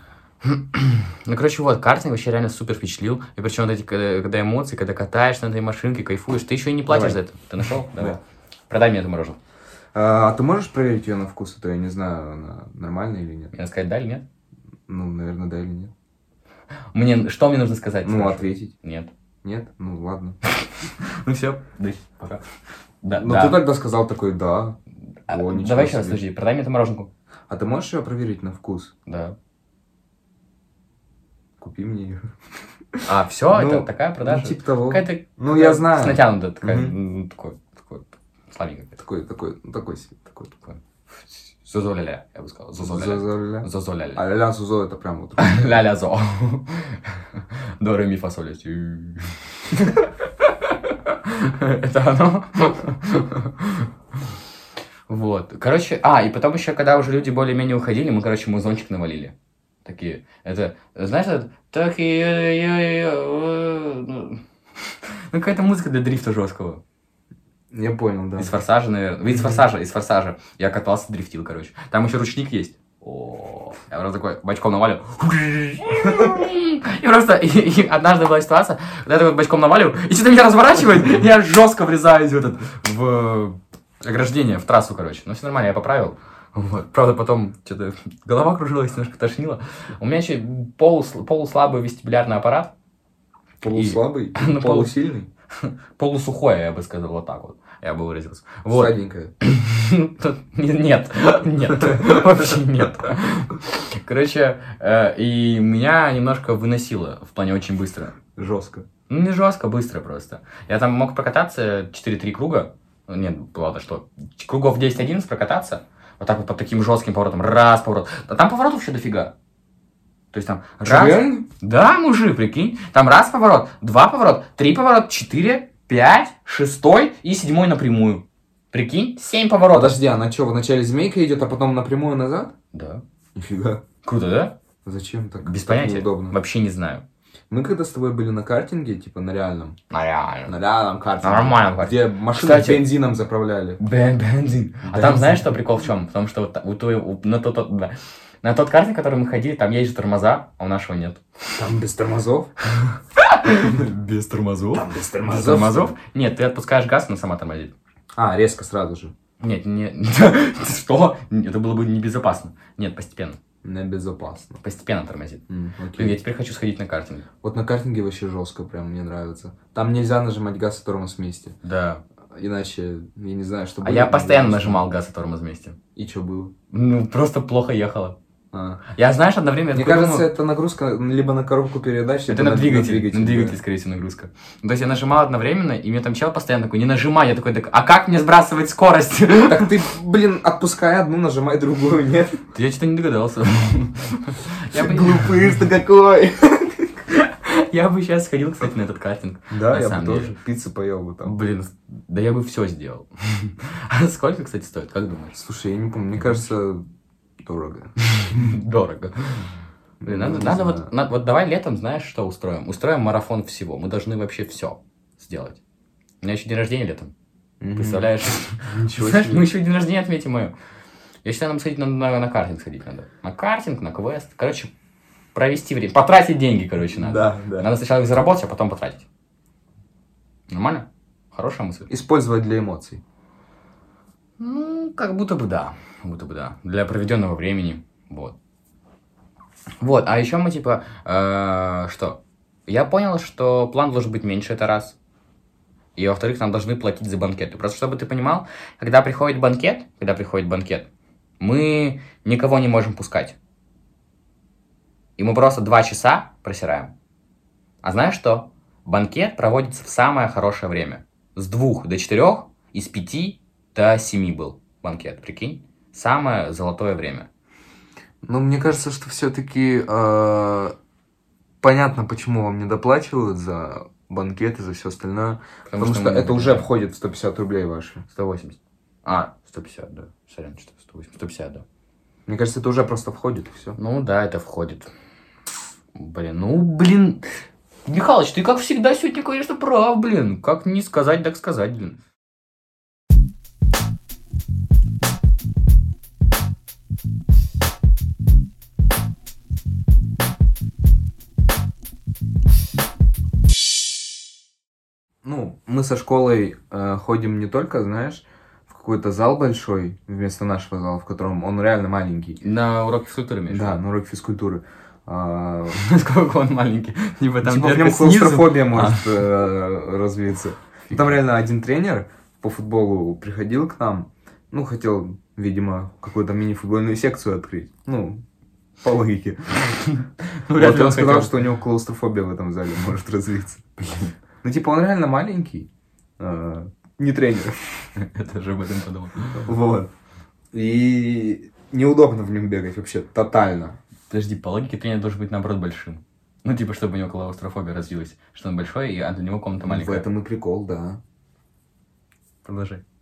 Ну, короче, вот, картинг вообще реально супер впечатлил. И причем вот эти, когда, когда эмоции, когда катаешься на этой машинке, кайфуешь, ты еще и не
Давай.
платишь за это. Ты нашел? Давай.
Да.
Продай мне эту мороженку.
А, а ты можешь проверить ее на вкус, а то я не знаю, она нормальная или нет.
Мне надо сказать да или нет?
Ну, наверное, да или нет.
Мне, что мне нужно сказать?
Ну,
Саша?
ответить.
Нет.
Нет? Ну, ладно.
Ну все, пока. Да,
Ну,
да.
ты тогда сказал такой, да.
А,
О, ничего
давай еще раз,
себе.
подожди, продай мне эту мороженку.
А ты можешь ее проверить на вкус?
Да.
Купи мне ее.
А, все,
Ну,
это такая продажа.
Ну, типа того.
Какая-то-
Ну, я знаю.
С натянутой, такая,
Мгм.
ну, такой, такой, слабенькая. какая-то.
Такой, такой, ну, такой себе, такой.
Зозоляля, я бы сказал. Зозоляля.
Зозоля.
Зозоляля.
А-ля-ля Сузо А это прям вот.
Ля-ля зо. До ре ми фа соль ля си. Это оно? Вот. Короче, а, и потом еще, когда уже люди более-менее уходили, мы, короче, музончик навалили. Такие, это, знаешь, это, такие, э, э, э, ну, ну, какая-то музыка для дрифта жесткого.
Я понял, да.
Из форсажа, наверное. Из форсажа, из форсажа. Я катался, дрифтил, короче. Там еще ручник есть. О, я просто такой бачком навалил. И просто и- и однажды была ситуация, когда я такой бачком навалил, и что-то меня разворачивает, я жестко врезаюсь в этот, в ограждение, в трассу, короче. Ну, все нормально, я поправил. Вот. Правда, потом что-то голова кружилась, немножко тошнило. У меня еще полус- полуслабый вестибулярный аппарат,
Полуслабый,
Ну, полу-
полусильный,
полусухое, я бы сказал, вот так вот. Я бы выразился. Вот.
сладенькая.
Тут не- Нет, нет, вообще нет. Короче, э, и меня немножко выносило в плане очень быстро.
Жестко.
Ну, не жестко, быстро просто. Я там мог прокататься 4-3 круга. Ну, Нет, ладно, что? Кругов 10-11 прокататься. Вот так вот под таким жестким поворотом. Раз, поворот. А там поворотов вообще дофига. То есть там раз,
Реально?
да, мужик, прикинь. Там раз поворот, два поворот, три поворот, четыре, пять, шестой и седьмой напрямую. Прикинь, семь поворотов.
Подожди, она что, вначале змейка идет, а потом напрямую назад?
Да.
Нифига.
Круто, да?
Зачем так?
Без
Так
понятия.
Неудобно.
Вообще не знаю.
Мы когда с тобой были на картинге, типа на реальном,
А реально.
на реальном картинге,
Нормально, парень.
где машину
Кстати-
бензином заправляли.
Бен, бензин. А там
Бензин.
знаешь, что прикол в чем? Потому что вот та- у твоего- на тот, тот- да. на тот карте, который мы ходили, там есть же тормоза, а у нашего нет.
Там без тормозов?
Без тормозов?
без
Без тормозов? Нет, ты отпускаешь газ, она сама тормозит.
А, резко сразу же.
Нет, нет, что? Это было бы небезопасно. Нет, постепенно.
Небезопасно.
Постепенно тормозит.
М,
Блин,
окей.
я теперь хочу сходить на картинг.
Вот на картинге вообще жестко, прям мне нравится. Там нельзя нажимать газ и тормоз вместе.
Да.
Иначе, я не знаю, что
А
будет,
я
но
постоянно
просто-
нажимал газ и тормоз вместе.
И что было?
Ну, просто плохо ехала.
А.
Я, знаешь, одно время... я
Мне
такой
кажется,
думал,
это нагрузка либо на коробку передач, либо
это Типа на двигатель. На двигатель,
да.
скорее всего, нагрузка. Ну, То есть я нажимал одновременно, и мне там чел постоянно такой, не нажимай. Я такой, «Так, а как мне сбрасывать скорость?
Так ты, блин, отпускай одну, нажимай другую, нет?
Я что-то не догадался. Я бы-
Глупыш ты какой!
Я бы сейчас сходил, кстати, на этот картинг.
Да,
На
я бы
самом
тоже пиццу поел бы там.
Блин, да я бы все сделал. А сколько, кстати, стоит, как думаешь?
Слушай, я не помню, мне кажется, дорого.
Дорого. Блин,
Ну,
надо,
не знаю.
надо вот, на- вот давай летом, знаешь, что устроим? Устроим марафон всего. Мы должны вообще все сделать. У меня еще день рождения летом.
Мгм.
Представляешь?
Ничего
Знаешь,
себе.
мы еще день рождения отметим мою. Я считаю, нам сходить на, на- на картинг сходить надо. На картинг, на квест. Короче, провести время. Потратить деньги, короче, надо.
Да, да.
Надо сначала их заработать, а потом потратить. Нормально? Хорошая мысль.
Использовать для эмоций.
Ну, как будто бы да. Как будто бы да. Для проведенного времени. Вот. Вот, а еще мы типа, э, что? Я понял, что план должен быть меньше, это раз. И во-вторых, нам должны платить за банкеты. Просто чтобы ты понимал, когда приходит банкет, когда приходит банкет, мы никого не можем пускать. И мы просто два часа просираем. А знаешь что? Банкет проводится в самое хорошее время. С двух до четырех, и с пяти до семи был банкет, прикинь? Самое золотое время.
Ну, мне кажется, что все-таки понятно, почему вам не доплачивают за банкеты, за все остальное. Потому, что,
мы-
это уже входит в 150 рублей ваши.
180. А, 150, да. Сорян, что 180. 150, да.
Мне кажется, это уже просто входит, и все.
Ну да, это входит. Блин, ну блин. Михалыч, ты как всегда сегодня, конечно, прав, блин. Как не сказать, так сказать, блин.
Ну, мы со школой э, ходим не только, знаешь, в какой-то зал большой, вместо нашего зала, в котором он реально маленький.
На урок физкультуры, имеешь?
Да, на урок физкультуры. А,
Насколько он маленький. Типа там
типа в
дверка
нем
снизу.
клаустрофобия
А.
может э, развиться. Ну, Там реально один тренер по футболу приходил к нам, ну, хотел, видимо, какую-то мини-футбольную секцию открыть. Ну, по логике.
Ну,
Вот
вряд
и
ли
он сказал,
хотел.
что у него клаустрофобия в этом зале может развиться. Ну, типа, он реально маленький, э, не тренер.
Это же об этом подумал.
Вот. И неудобно в нем бегать вообще, тотально.
Подожди, по логике тренер должен быть наоборот большим. Ну, типа, чтобы у него клаустрофобия развилась, что он большой, и а для него комната
В
маленькая.
этом и прикол, да.
Продолжай.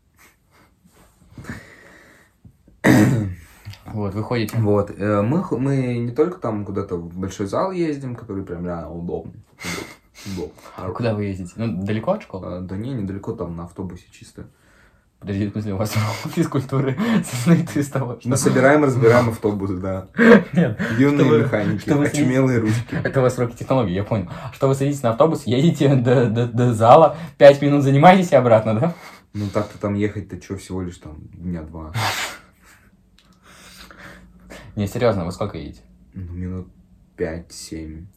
Вот, выходите.
Вот, э, мы, ху- мы не только там куда-то в большой зал ездим, который прям реально удобный. удобный,
А
удобный.
куда вы ездите? Ну, далеко от школы?
А, Да не, недалеко там на автобусе чисто.
Подожди, в смысле, у вас урок физкультуры состоит из того, что...
Мы собираем, разбираем автобус, да.
Нет,
Юные
Чтобы-
механики,
чтобы съездить.
очумелые ручки.
это у вас уроки технологии, я понял. Что вы садитесь на автобус, едете до, до, до зала, пять минут занимаетесь и обратно, да?
Ну так-то там ехать-то что, всего лишь там дня два.
Не, серьезно, вы сколько едете?
Ну, минут пять-семь.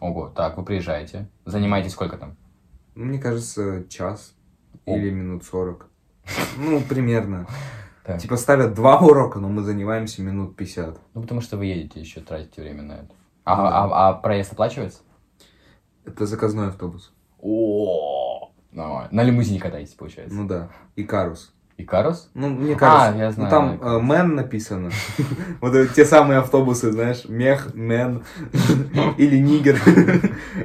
Ого, так, вы приезжаете, занимаетесь сколько там?
Ну, мне кажется, час
О.
или минут сорок. Ну, примерно.
Так.
Типа ставят два урока, но мы занимаемся минут пятьдесят.
Ну, потому что вы едете еще, тратите время на это. А,
Ну да.
а- а проезд оплачивается?
Это заказной автобус.
О, Нормально. На лимузине катаетесь, получается.
Ну да. И карус.
И Карус?
Ну, мне кажется.
А, я
Ну,
знаю,
там
да,
э, «мен» написано. Вот это те самые автобусы, знаешь, мех, мен или нигер.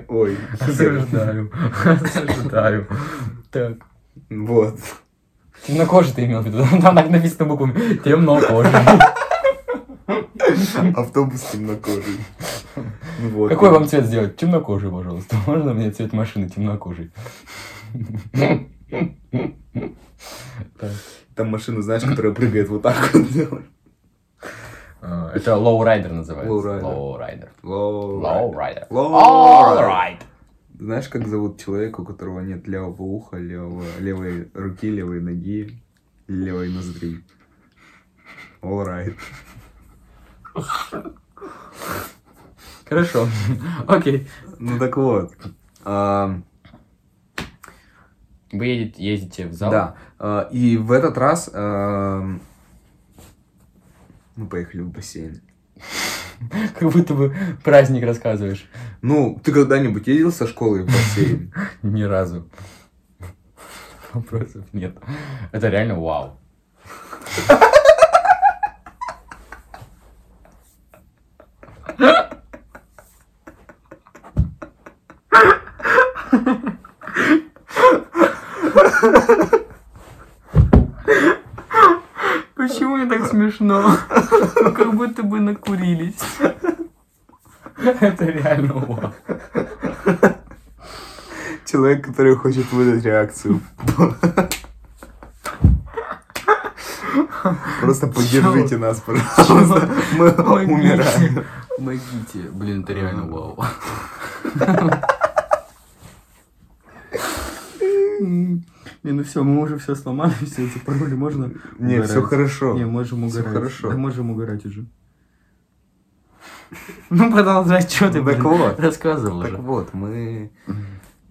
Ой.
Осуждаю. Осуждаю. Так.
Вот.
Темнокожий ты имел в виду. Там так написано буквами. Темнокожий.
Автобус темнокожий. Ну вот.
Какой вам цвет сделать? Темнокожий, пожалуйста. Можно мне цвет машины темнокожий? Так.
Там машину, знаешь, которая прыгает вот так вот.
А, Это лоурайдер называется.
Лоурайдер.
Лоурайдер.
Лоу.
Лоурайдер.
Лоурайдер.
Alright.
Знаешь, как зовут человека, у которого нет левого уха, левого, левой руки, левой ноги, левой ноздри? All right.
Хорошо. Окей.
Ну так вот. а, Ам,
Вы едете, ездите в зал?
Да. э, И в этот раз эм, мы поехали в бассейн.
Как будто бы праздник рассказываешь.
Ну, ты когда-нибудь ездил со школы в бассейн?
Ни разу. Вопросов нет. Это реально вау. Почему мне так смешно? Как будто бы накурились. Это реально вау.
Человек, который хочет выдать реакцию. Просто поддержите нас, пожалуйста. Мы
Помогите.
умираем.
Помогите. Блин, это реально вау. Не, ну все, мы уже все сломали, все эти пароли можно
Не, все хорошо. Ну,
Не, можем
Всё
угорать.
хорошо.
Да можем угорать уже. Ну, продолжай, что ты,
Ну, так
блин,
вот.
Рассказывал
Так
уже.
вот, мы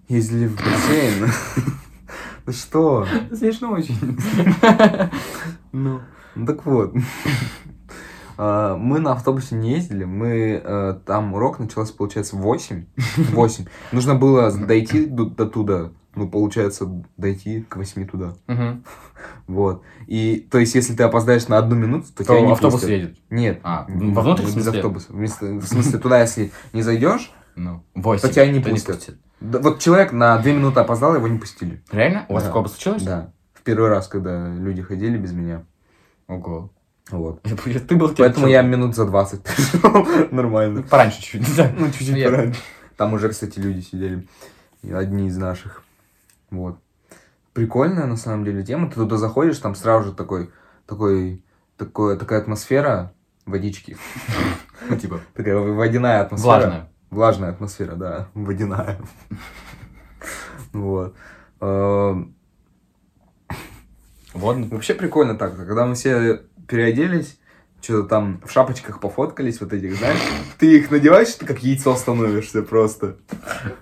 ездили в бассейн. Ну что?
Смешно очень.
Ну. Так вот. А, Мы на автобусе не ездили, мы э, там урок начался, получается, в 8. 8. Нужно было дойти до, до туда, ну, получается, дойти к 8 туда.
Мгм.
Вот. И, то есть, если ты опоздаешь на одну минуту, то, тебя
То
не
автобус
пустят.
едет.
Нет.
А,
М,
вовнутрь в
без
смысле?
автобуса. Вместо- в смысле, туда, если не зайдешь,
Ну, восемь.
То тебя не
то
пустят. да, вот человек на две минуты опоздал, его не пустили.
Реально? У вас
Да.
такое случилось?
Да. В первый раз, когда люди ходили без меня.
Ого.
Вот.
Ты
Поэтому
был кем-то.
я минут за 20 пришел. Нормально.
Пораньше чуть-чуть, да.
Ну, чуть-чуть
Я-
пораньше. Там уже, кстати, люди сидели. И Одни из наших. Вот. Прикольная, на самом деле, тема. Ты туда заходишь, там сразу же такой, такой, такой, такая атмосфера водички.
Ну, типа,
Такая водяная атмосфера.
влажная.
Влажная атмосфера, да. Водяная. Вот. Эм,
Водно.
Вообще прикольно так. Когда мы все переоделись, что-то там в шапочках пофоткались, вот этих, знаешь, ты их надеваешь, ты как яйцо становишься просто.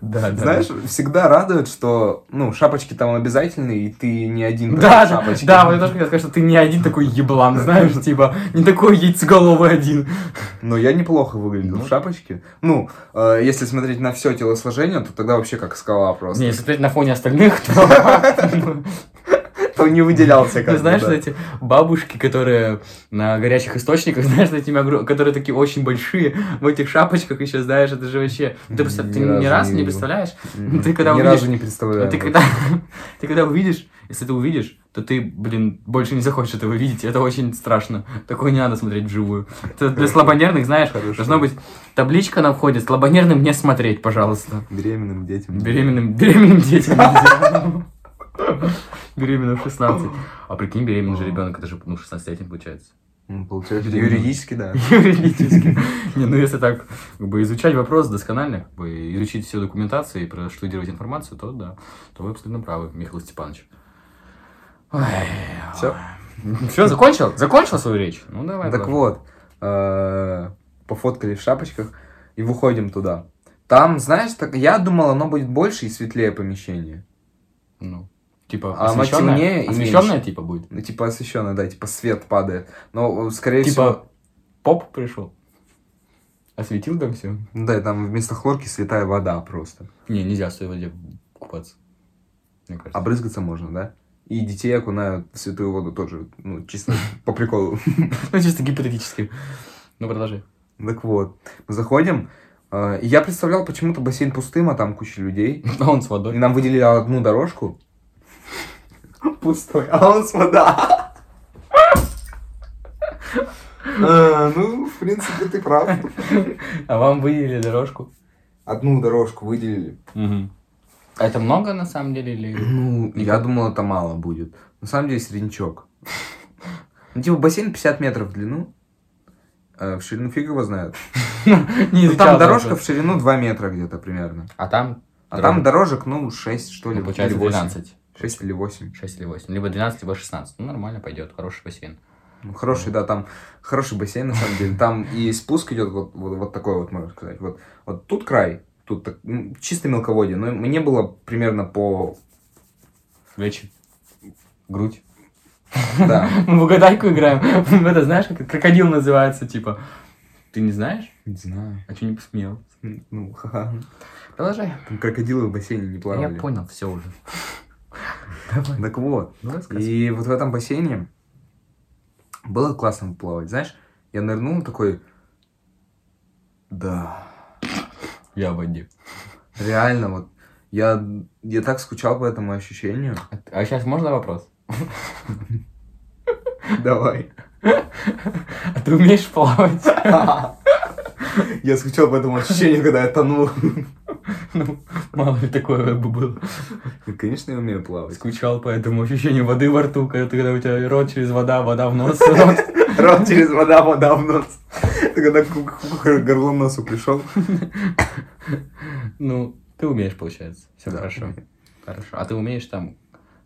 Да,
Знаешь, всегда радует, что, ну, шапочки там обязательны, и ты не один такой в
Да, да,
шапочке.
да, вот я тоже хотел сказать, что ты не один такой еблан, знаешь, типа, не такой яйцеголовый один.
Но я неплохо выглядел
Ну.
в шапочке. Ну, э, если смотреть на все телосложение, то тогда вообще как скала просто.
Не, если смотреть на фоне остальных, то...
То не выделялся как
Ты
бы,
Ну, знаешь,
да.
вот эти бабушки, которые на горячих источниках, знаешь, с этими огром- которые такие очень большие, в этих шапочках еще, знаешь, это же вообще... ну, Ты просто
Ни
ты ни
разу
раз
не
не
видел. ну.
представляешь,
М,
ну, ты когда
Ни
увидишь-
разу не представляю.
Ты когда, ты когда увидишь, если ты увидишь, то ты, блин, больше не захочешь этого видеть. Это очень страшно. Такое не надо смотреть вживую. Это для слабонервных, знаешь,
Хорошо.
должна быть табличка на входе. Слабонервным не смотреть, пожалуйста.
Беременным детям.
Беременным, беременным детям нельзя. Беременным в 16. А прикинь, беременный же ребенок, это же, ну, 16-летний получается.
Ну, Получается,
Беременным.
юридически, да.
Юридически. Не, ну если так, как бы изучать вопрос досконально, как бы изучить всю документацию и проштудировать информацию, то да, то вы абсолютно правы, Михаил Степанович.
Всё?
Все, закончил? Закончил свою речь? Ну давай.
Так
Паша.
вот, э, пофоткали в шапочках и выходим туда. Там, знаешь, так я думал, оно будет больше и светлее помещение.
Ну, типа,
А она темнее
освещенная?
и
Освещенная
меньше.
типа будет?
Ну, типа освещенное, да, типа свет падает. Но, э, скорее всего...
Типа, поп пришел? Осветил там все?
Ну Да, там вместо хлорки святая вода просто.
Не, нельзя в своей воде купаться. Мне кажется.
Обрызгаться можно, да? И детей окунают в святую воду тоже, ну, чисто по приколу.
Ну, чисто гипотетически. Ну, продолжи.
Так вот, мы заходим, э, и я представлял почему-то бассейн пустым, а там куча людей.
А он с
И
водой.
нам выделили одну дорожку. Пустой, а он с вода. А, Ну, в принципе, ты прав.
А вам выделили дорожку.
Одну дорожку выделили.
А Это много на самом деле или?
Ну, я думал, это мало будет. На самом деле, среднячок. Ну, типа, бассейн 50 метров в длину. э, В ширину фиг его знает.
Не
Ну, там
изучал
дорожка
просто.
в ширину 2 метра где-то примерно.
А там
А
Дорога.
там дорожек, ну, 6, что ли,
ну, получается
или 8.
12.
6 или 8.
6 или 8. Либо 12, либо 16. Ну, нормально пойдет. Хороший бассейн.
Ну, Хороший, да, там хороший бассейн, на самом деле. Там и спуск идет вот, вот, вот такой вот, можно сказать. Вот, вот тут край, тут так, м, чисто мелководье. Но мне было примерно по...
Плечи. Грудь.
Да,
Мы в угадайку играем. Это знаешь, как это крокодил называется, типа. Ты не знаешь?
не знаю.
А что не посмел?
Ну, ха-ха.
Продолжай.
Там крокодилы в бассейне не
Я
плавали.
понял, все уже. Давай.
Так вот,
Ну, рассказывай.
И вот в этом бассейне было классно плавать, знаешь? Я нырнул такой... Да,
Я в воде.
реально, вот. Я, я так скучал по этому ощущению.
А- А сейчас можно вопрос?
Давай.
А ты умеешь плавать?
Я скучал по этому ощущению, когда я тонул.
Ну, мало ли такое бы было.
Ну, Конечно, я умею плавать.
Скучал по этому ощущению воды во рту, когда, когда у тебя рот через вода, вода в нос. рот.
Рот через вода, вода в нос. Ты когда к- к- к горлом носу пришел.
Ну, ты умеешь, получается. Все
Да,
хорошо.
умею.
Хорошо. А ты умеешь там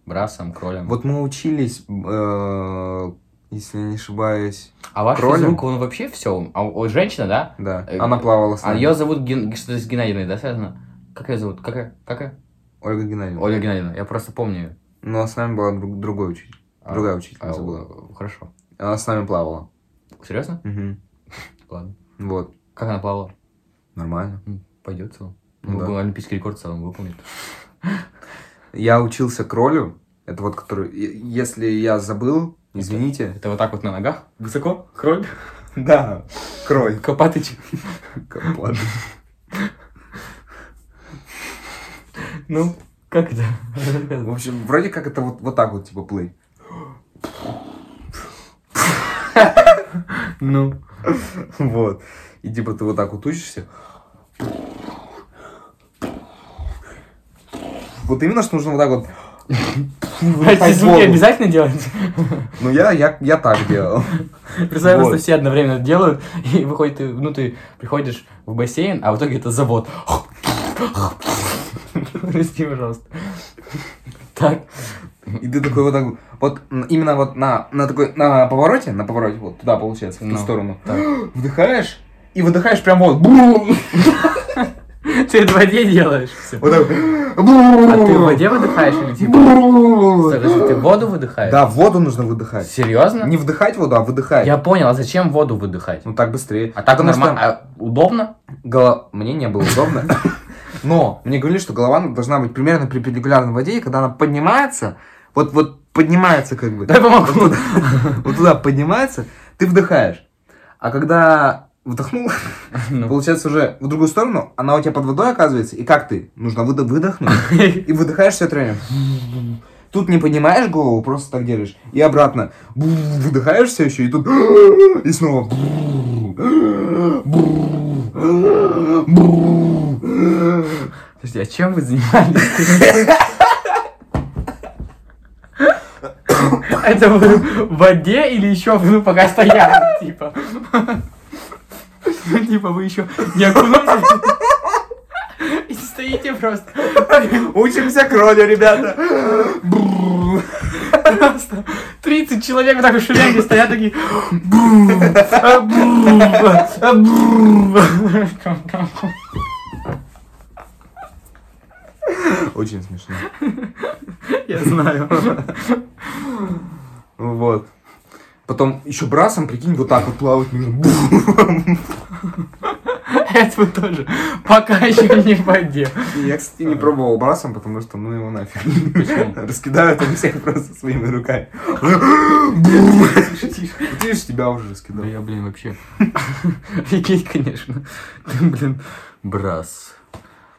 брасом, кролем?
Вот мы учились, э, если не ошибаюсь,
а ваш
кролем?
физрук, он вообще все... А вот женщина, да?
да.
Э,
Она плавала с
А
нами.
ее зовут Ген... что-то с Геннадьевной, да, связано? Как ее зовут? Как ее? Как ее?
Ольга Геннадьевна.
Ольга Геннадьевна. Я просто помню ее.
Но с нами была друг- другой учитель.
А,
Другая учительница была.
Хорошо.
Она с нами плавала.
Серьезно?
Мгм.
Ладно.
Вот.
Как она плавала?
Нормально.
Пойдет в целом.
Ну
Ну,
да.
Олимпийский рекорд в целом выполнит.
Я учился кролю. Это вот который... е- Если я забыл, извините.
Это вот так вот на ногах? Высоко? Кроль?
Да, кроль.
Копатыч? Ну, как это?
В общем, вроде как это вот, вот так вот, типа, плыть.
Ну.
Вот. И типа ты вот так вот учишься. Вот именно, что нужно вот так вот.
А эти звуки обязательно делать?
Ну, я, я, я так делал.
Представь,
Вот.
просто все одновременно это делают, и выходит, ты, ну, ты приходишь в бассейн, а в итоге это завод. Прости, пожалуйста. Так,
И ты такой вот так вот. Вот м, именно вот на, на такой, на повороте, на повороте, вот туда получается, в ту
Ну,
сторону.
так.
Вдыхаешь, и выдыхаешь прям вот. Бру!
Ты в воде делаешь всё.
Вот так.
А ты в воде выдыхаешь или типа? Подожди, ты воду выдыхаешь?
Да, воду нужно выдыхать.
Серьезно?
Не вдыхать воду, а выдыхать.
Я понял, а зачем воду выдыхать?
Ну так быстрее.
А так
Потому что-
нормально, а удобно?
Голо- Мне не было удобно. Но мне говорили, что голова должна быть примерно перпендикулярна воде, и когда она поднимается, вот, вот поднимается как бы,
Дай помогу.
вот туда поднимается, ты вдыхаешь. А когда вдохнул,
Ну.
получается уже в другую сторону, она у тебя под водой оказывается, и как ты? Нужно выда- выдохнуть, и выдыхаешь все время. Тут не поднимаешь голову, просто так держишь. И обратно. Выдыхаешь все еще, и тут... И снова...
Подожди, а чем вы занимались? Это вы в воде или еще ну, пока стояли, типа? Ну, Типа вы еще не окунулись? И стоите просто.
Учимся кролю, ребята.
30 человек так в шеренге стоят такие...
Очень смешно.
Я знаю.
Вот. Потом еще брасом, прикинь, вот так вот плавать нужно.
Это вы тоже пока еще не в воде.
Я, кстати, не пробовал брасом, потому что ну его нафиг.
Почему?
Раскидают он всех просто своими руками. Вот Видишь, тебя уже
Да
раскидал.
я, блин, вообще... Офигеть, конечно. Ты, блин, брас.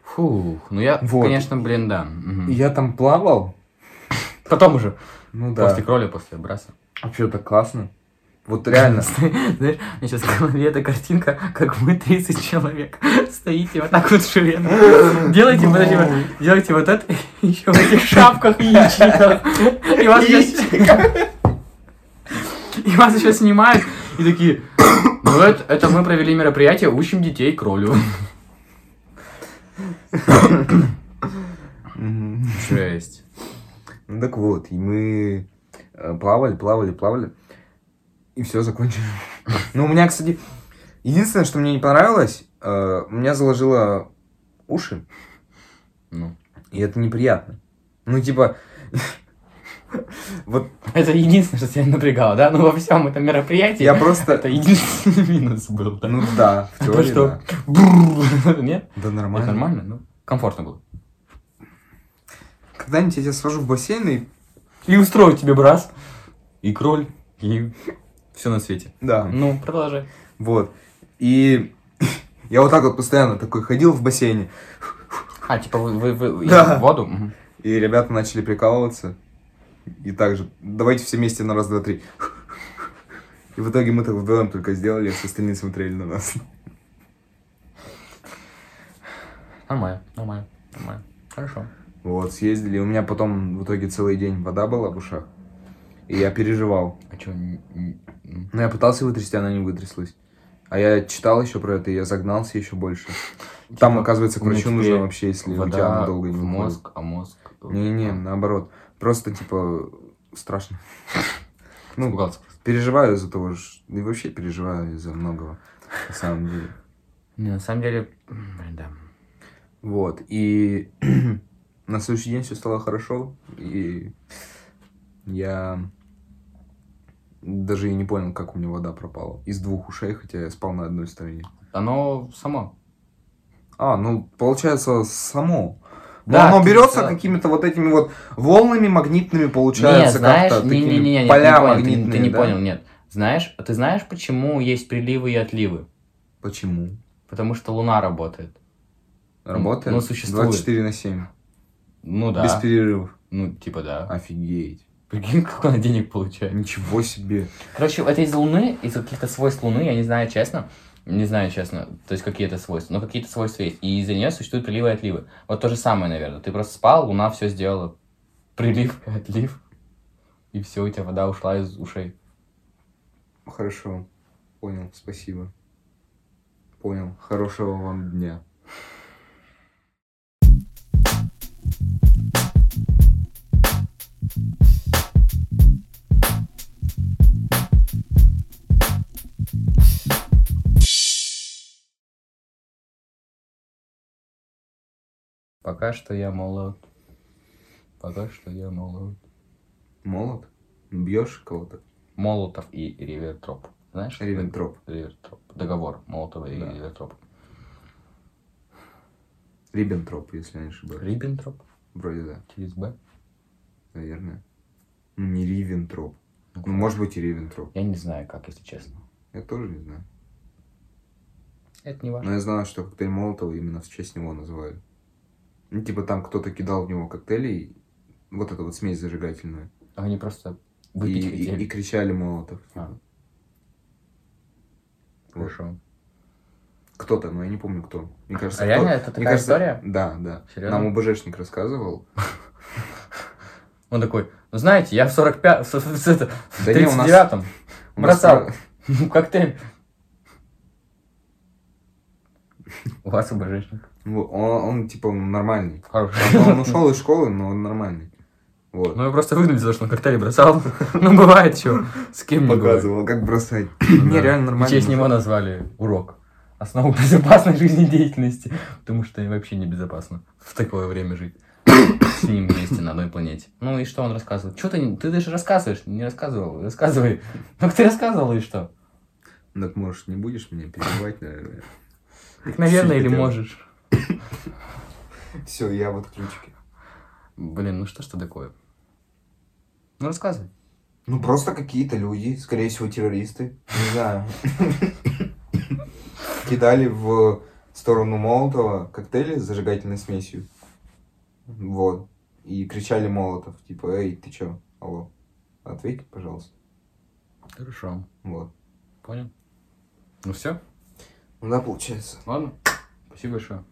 Фух, ну я,
Вот.
конечно, блин, да. мгм.
Я там плавал.
Потом уже,
Ну да.
после кроля, после браса.
Вообще так классно. Вот реально.
Знаешь, мне Ну, сейчас в голове эта картинка, как вы 30 человек стоите вот так вот ширенно. Делайте, подожди, вот- делайте вот это, еще в этих шапках и ячейках. И вас сейчас... И вас еще снимают, и такие, ну это, это мы провели мероприятие, учим детей кролю.
Мгм.
Жесть.
Ну так вот, и мы э, плавали, плавали, плавали, и все закончили. Ну, у меня, кстати, единственное, что мне не понравилось, э, у меня заложило уши,
Ну.
и это неприятно. Ну, типа, вот
Это единственное, что тебя напрягало, да? Ну, во всем этом мероприятии
я просто...
это единственный минус был, да?
Ну да, в
То,
теории,
что...
да.
бррр, Нет?
Да
Это
нормально.
нормально, ну, комфортно было.
Когда-нибудь я тебя свожу в бассейн и...
И устрою тебе брас, и кроль, и все на свете.
Да.
Ну, продолжай.
Вот. И я вот так вот постоянно такой ходил в бассейне,
А, типа, вы, вы- вы-
Да.
в воду? Мгм.
И ребята начали прикалываться. И также, давайте все вместе на раз, два, три. И в итоге мы так вдвоем только сделали, а все остальные смотрели на нас.
Нормально, нормально, нормально. Хорошо.
Вот, съездили. У меня потом в итоге целый день вода была в ушах. И я переживал.
А чё, н- н- м?
Но я пытался ее вытрясти, она не вытряслась. А я читал еще про это, и я загнался еще больше. Там,
Типа,
оказывается, к
у меня
врачу
теперь
нужно вообще, если у тебя
вода
она долго не
в
выходит.
мозг, а мозг...
Не-не, наоборот. Просто, типа, страшно. Ну,
Испугался просто.
переживаю из-за того, ж- и вообще переживаю из-за многого, на самом деле.
Не, на самом деле, м, блин, да.
Вот, и на следующий день все стало хорошо, и я даже и не понял, как у меня вода пропала. Из двух ушей, хотя я спал на одной стороне.
Оно само.
А, ну, получается, само. Но
Да,
оно
ты-
берется
да.
какими-то вот этими вот волнами магнитными,
Нет,
получается,
знаешь,
как-то
не, не,
такими
не, не,
поля
ты, не понял, ты-
магнитные,
ты не
да?
понял, нет. Знаешь, а ты знаешь, почему есть приливы и отливы?
Почему?
Потому что Луна работает.
Работает?
ну, существует.
24 на 7.
Ну да.
Без перерывов.
Ну, типа да.
Офигеть.
Прикинь, как она денег получает.
Ничего себе.
Короче, это из Луны, из каких-то свойств Луны, я не знаю, честно. Не знаю, честно, то есть какие это свойства. Но какие-то свойства есть. И из-за нее существуют приливы и отливы. Вот то же самое, наверное. Ты просто спал, Луна все сделала. Прилив и отлив. И все, у тебя вода ушла из ушей.
Хорошо. Понял, спасибо. Понял. Хорошего вам дня.
Пока что я молод. Пока что я молод.
Молот? Бьешь кого-то?
Молотов и Ривертроп. Знаешь? что такое?
Риббентроп.
Ривертроп. Договор Молотова и
Да.
Ривертропа.
Риббентроп, если я не ошибаюсь.
Риббентроп
Вроде да,
через Б.
наверное. Ну, Не Ривентроп. Ну, может быть и Риббентроп.
Я не знаю, как, если честно.
Я тоже не знаю.
Это не важно.
Но я знаю, что коктейль Молотова именно в честь него называют. Ну, типа там кто-то кидал в него коктейли, и вот эту вот смесь зажигательную.
Они просто
И,
выпить
Ну, и-
хотели.
и кричали Молотов. типа.
А.
Вот.
Хорошо.
Кто-то, но я не помню кто. Мне кажется,
А реально
кто-
это такая
мне кажется,
история?
Да, да.
Серьезно?
Нам УБЖшник рассказывал.
Он такой, ну знаете, я в 45 с- с- с- это, в
Да не, у нас-
39-м
У нас
бросал
про-
коктейль. У вас обожечник.
Во- Он, он, типа нормальный.
Хороший.
Он ушел из школы, но он нормальный. Вот.
Ну, я просто выгнали за то, что он коктейли бросал. Ну, бывает что. С кем не бывает.
Показывал, как бросать.
Да.
Не, реально
В честь него
нормально.
назвали урок. Основу безопасной жизнедеятельности. Потому что вообще небезопасно в такое время жить. С ним вместе на одной планете. Ну и что он рассказывал? Что ты, не- ты даже рассказываешь? Не рассказывал. Рассказывай. Ну ты рассказывал и что?
Так, может, не будешь меня перебивать, наверное.
Так, наверное, или
хотел.
можешь.
Все, я вот ключики.
Блин, ну что ж ты такое? Ну рассказывай.
Ну, просто какие-то люди, скорее всего, террористы, не знаю, кидали в сторону Молотова коктейли с зажигательной смесью. Вот. И кричали Молотов, типа, эй, ты чё, алло, ответь, пожалуйста.
Хорошо.
Вот.
Понял. Ну все?
Ну да, получается.
Ладно. Спасибо большое.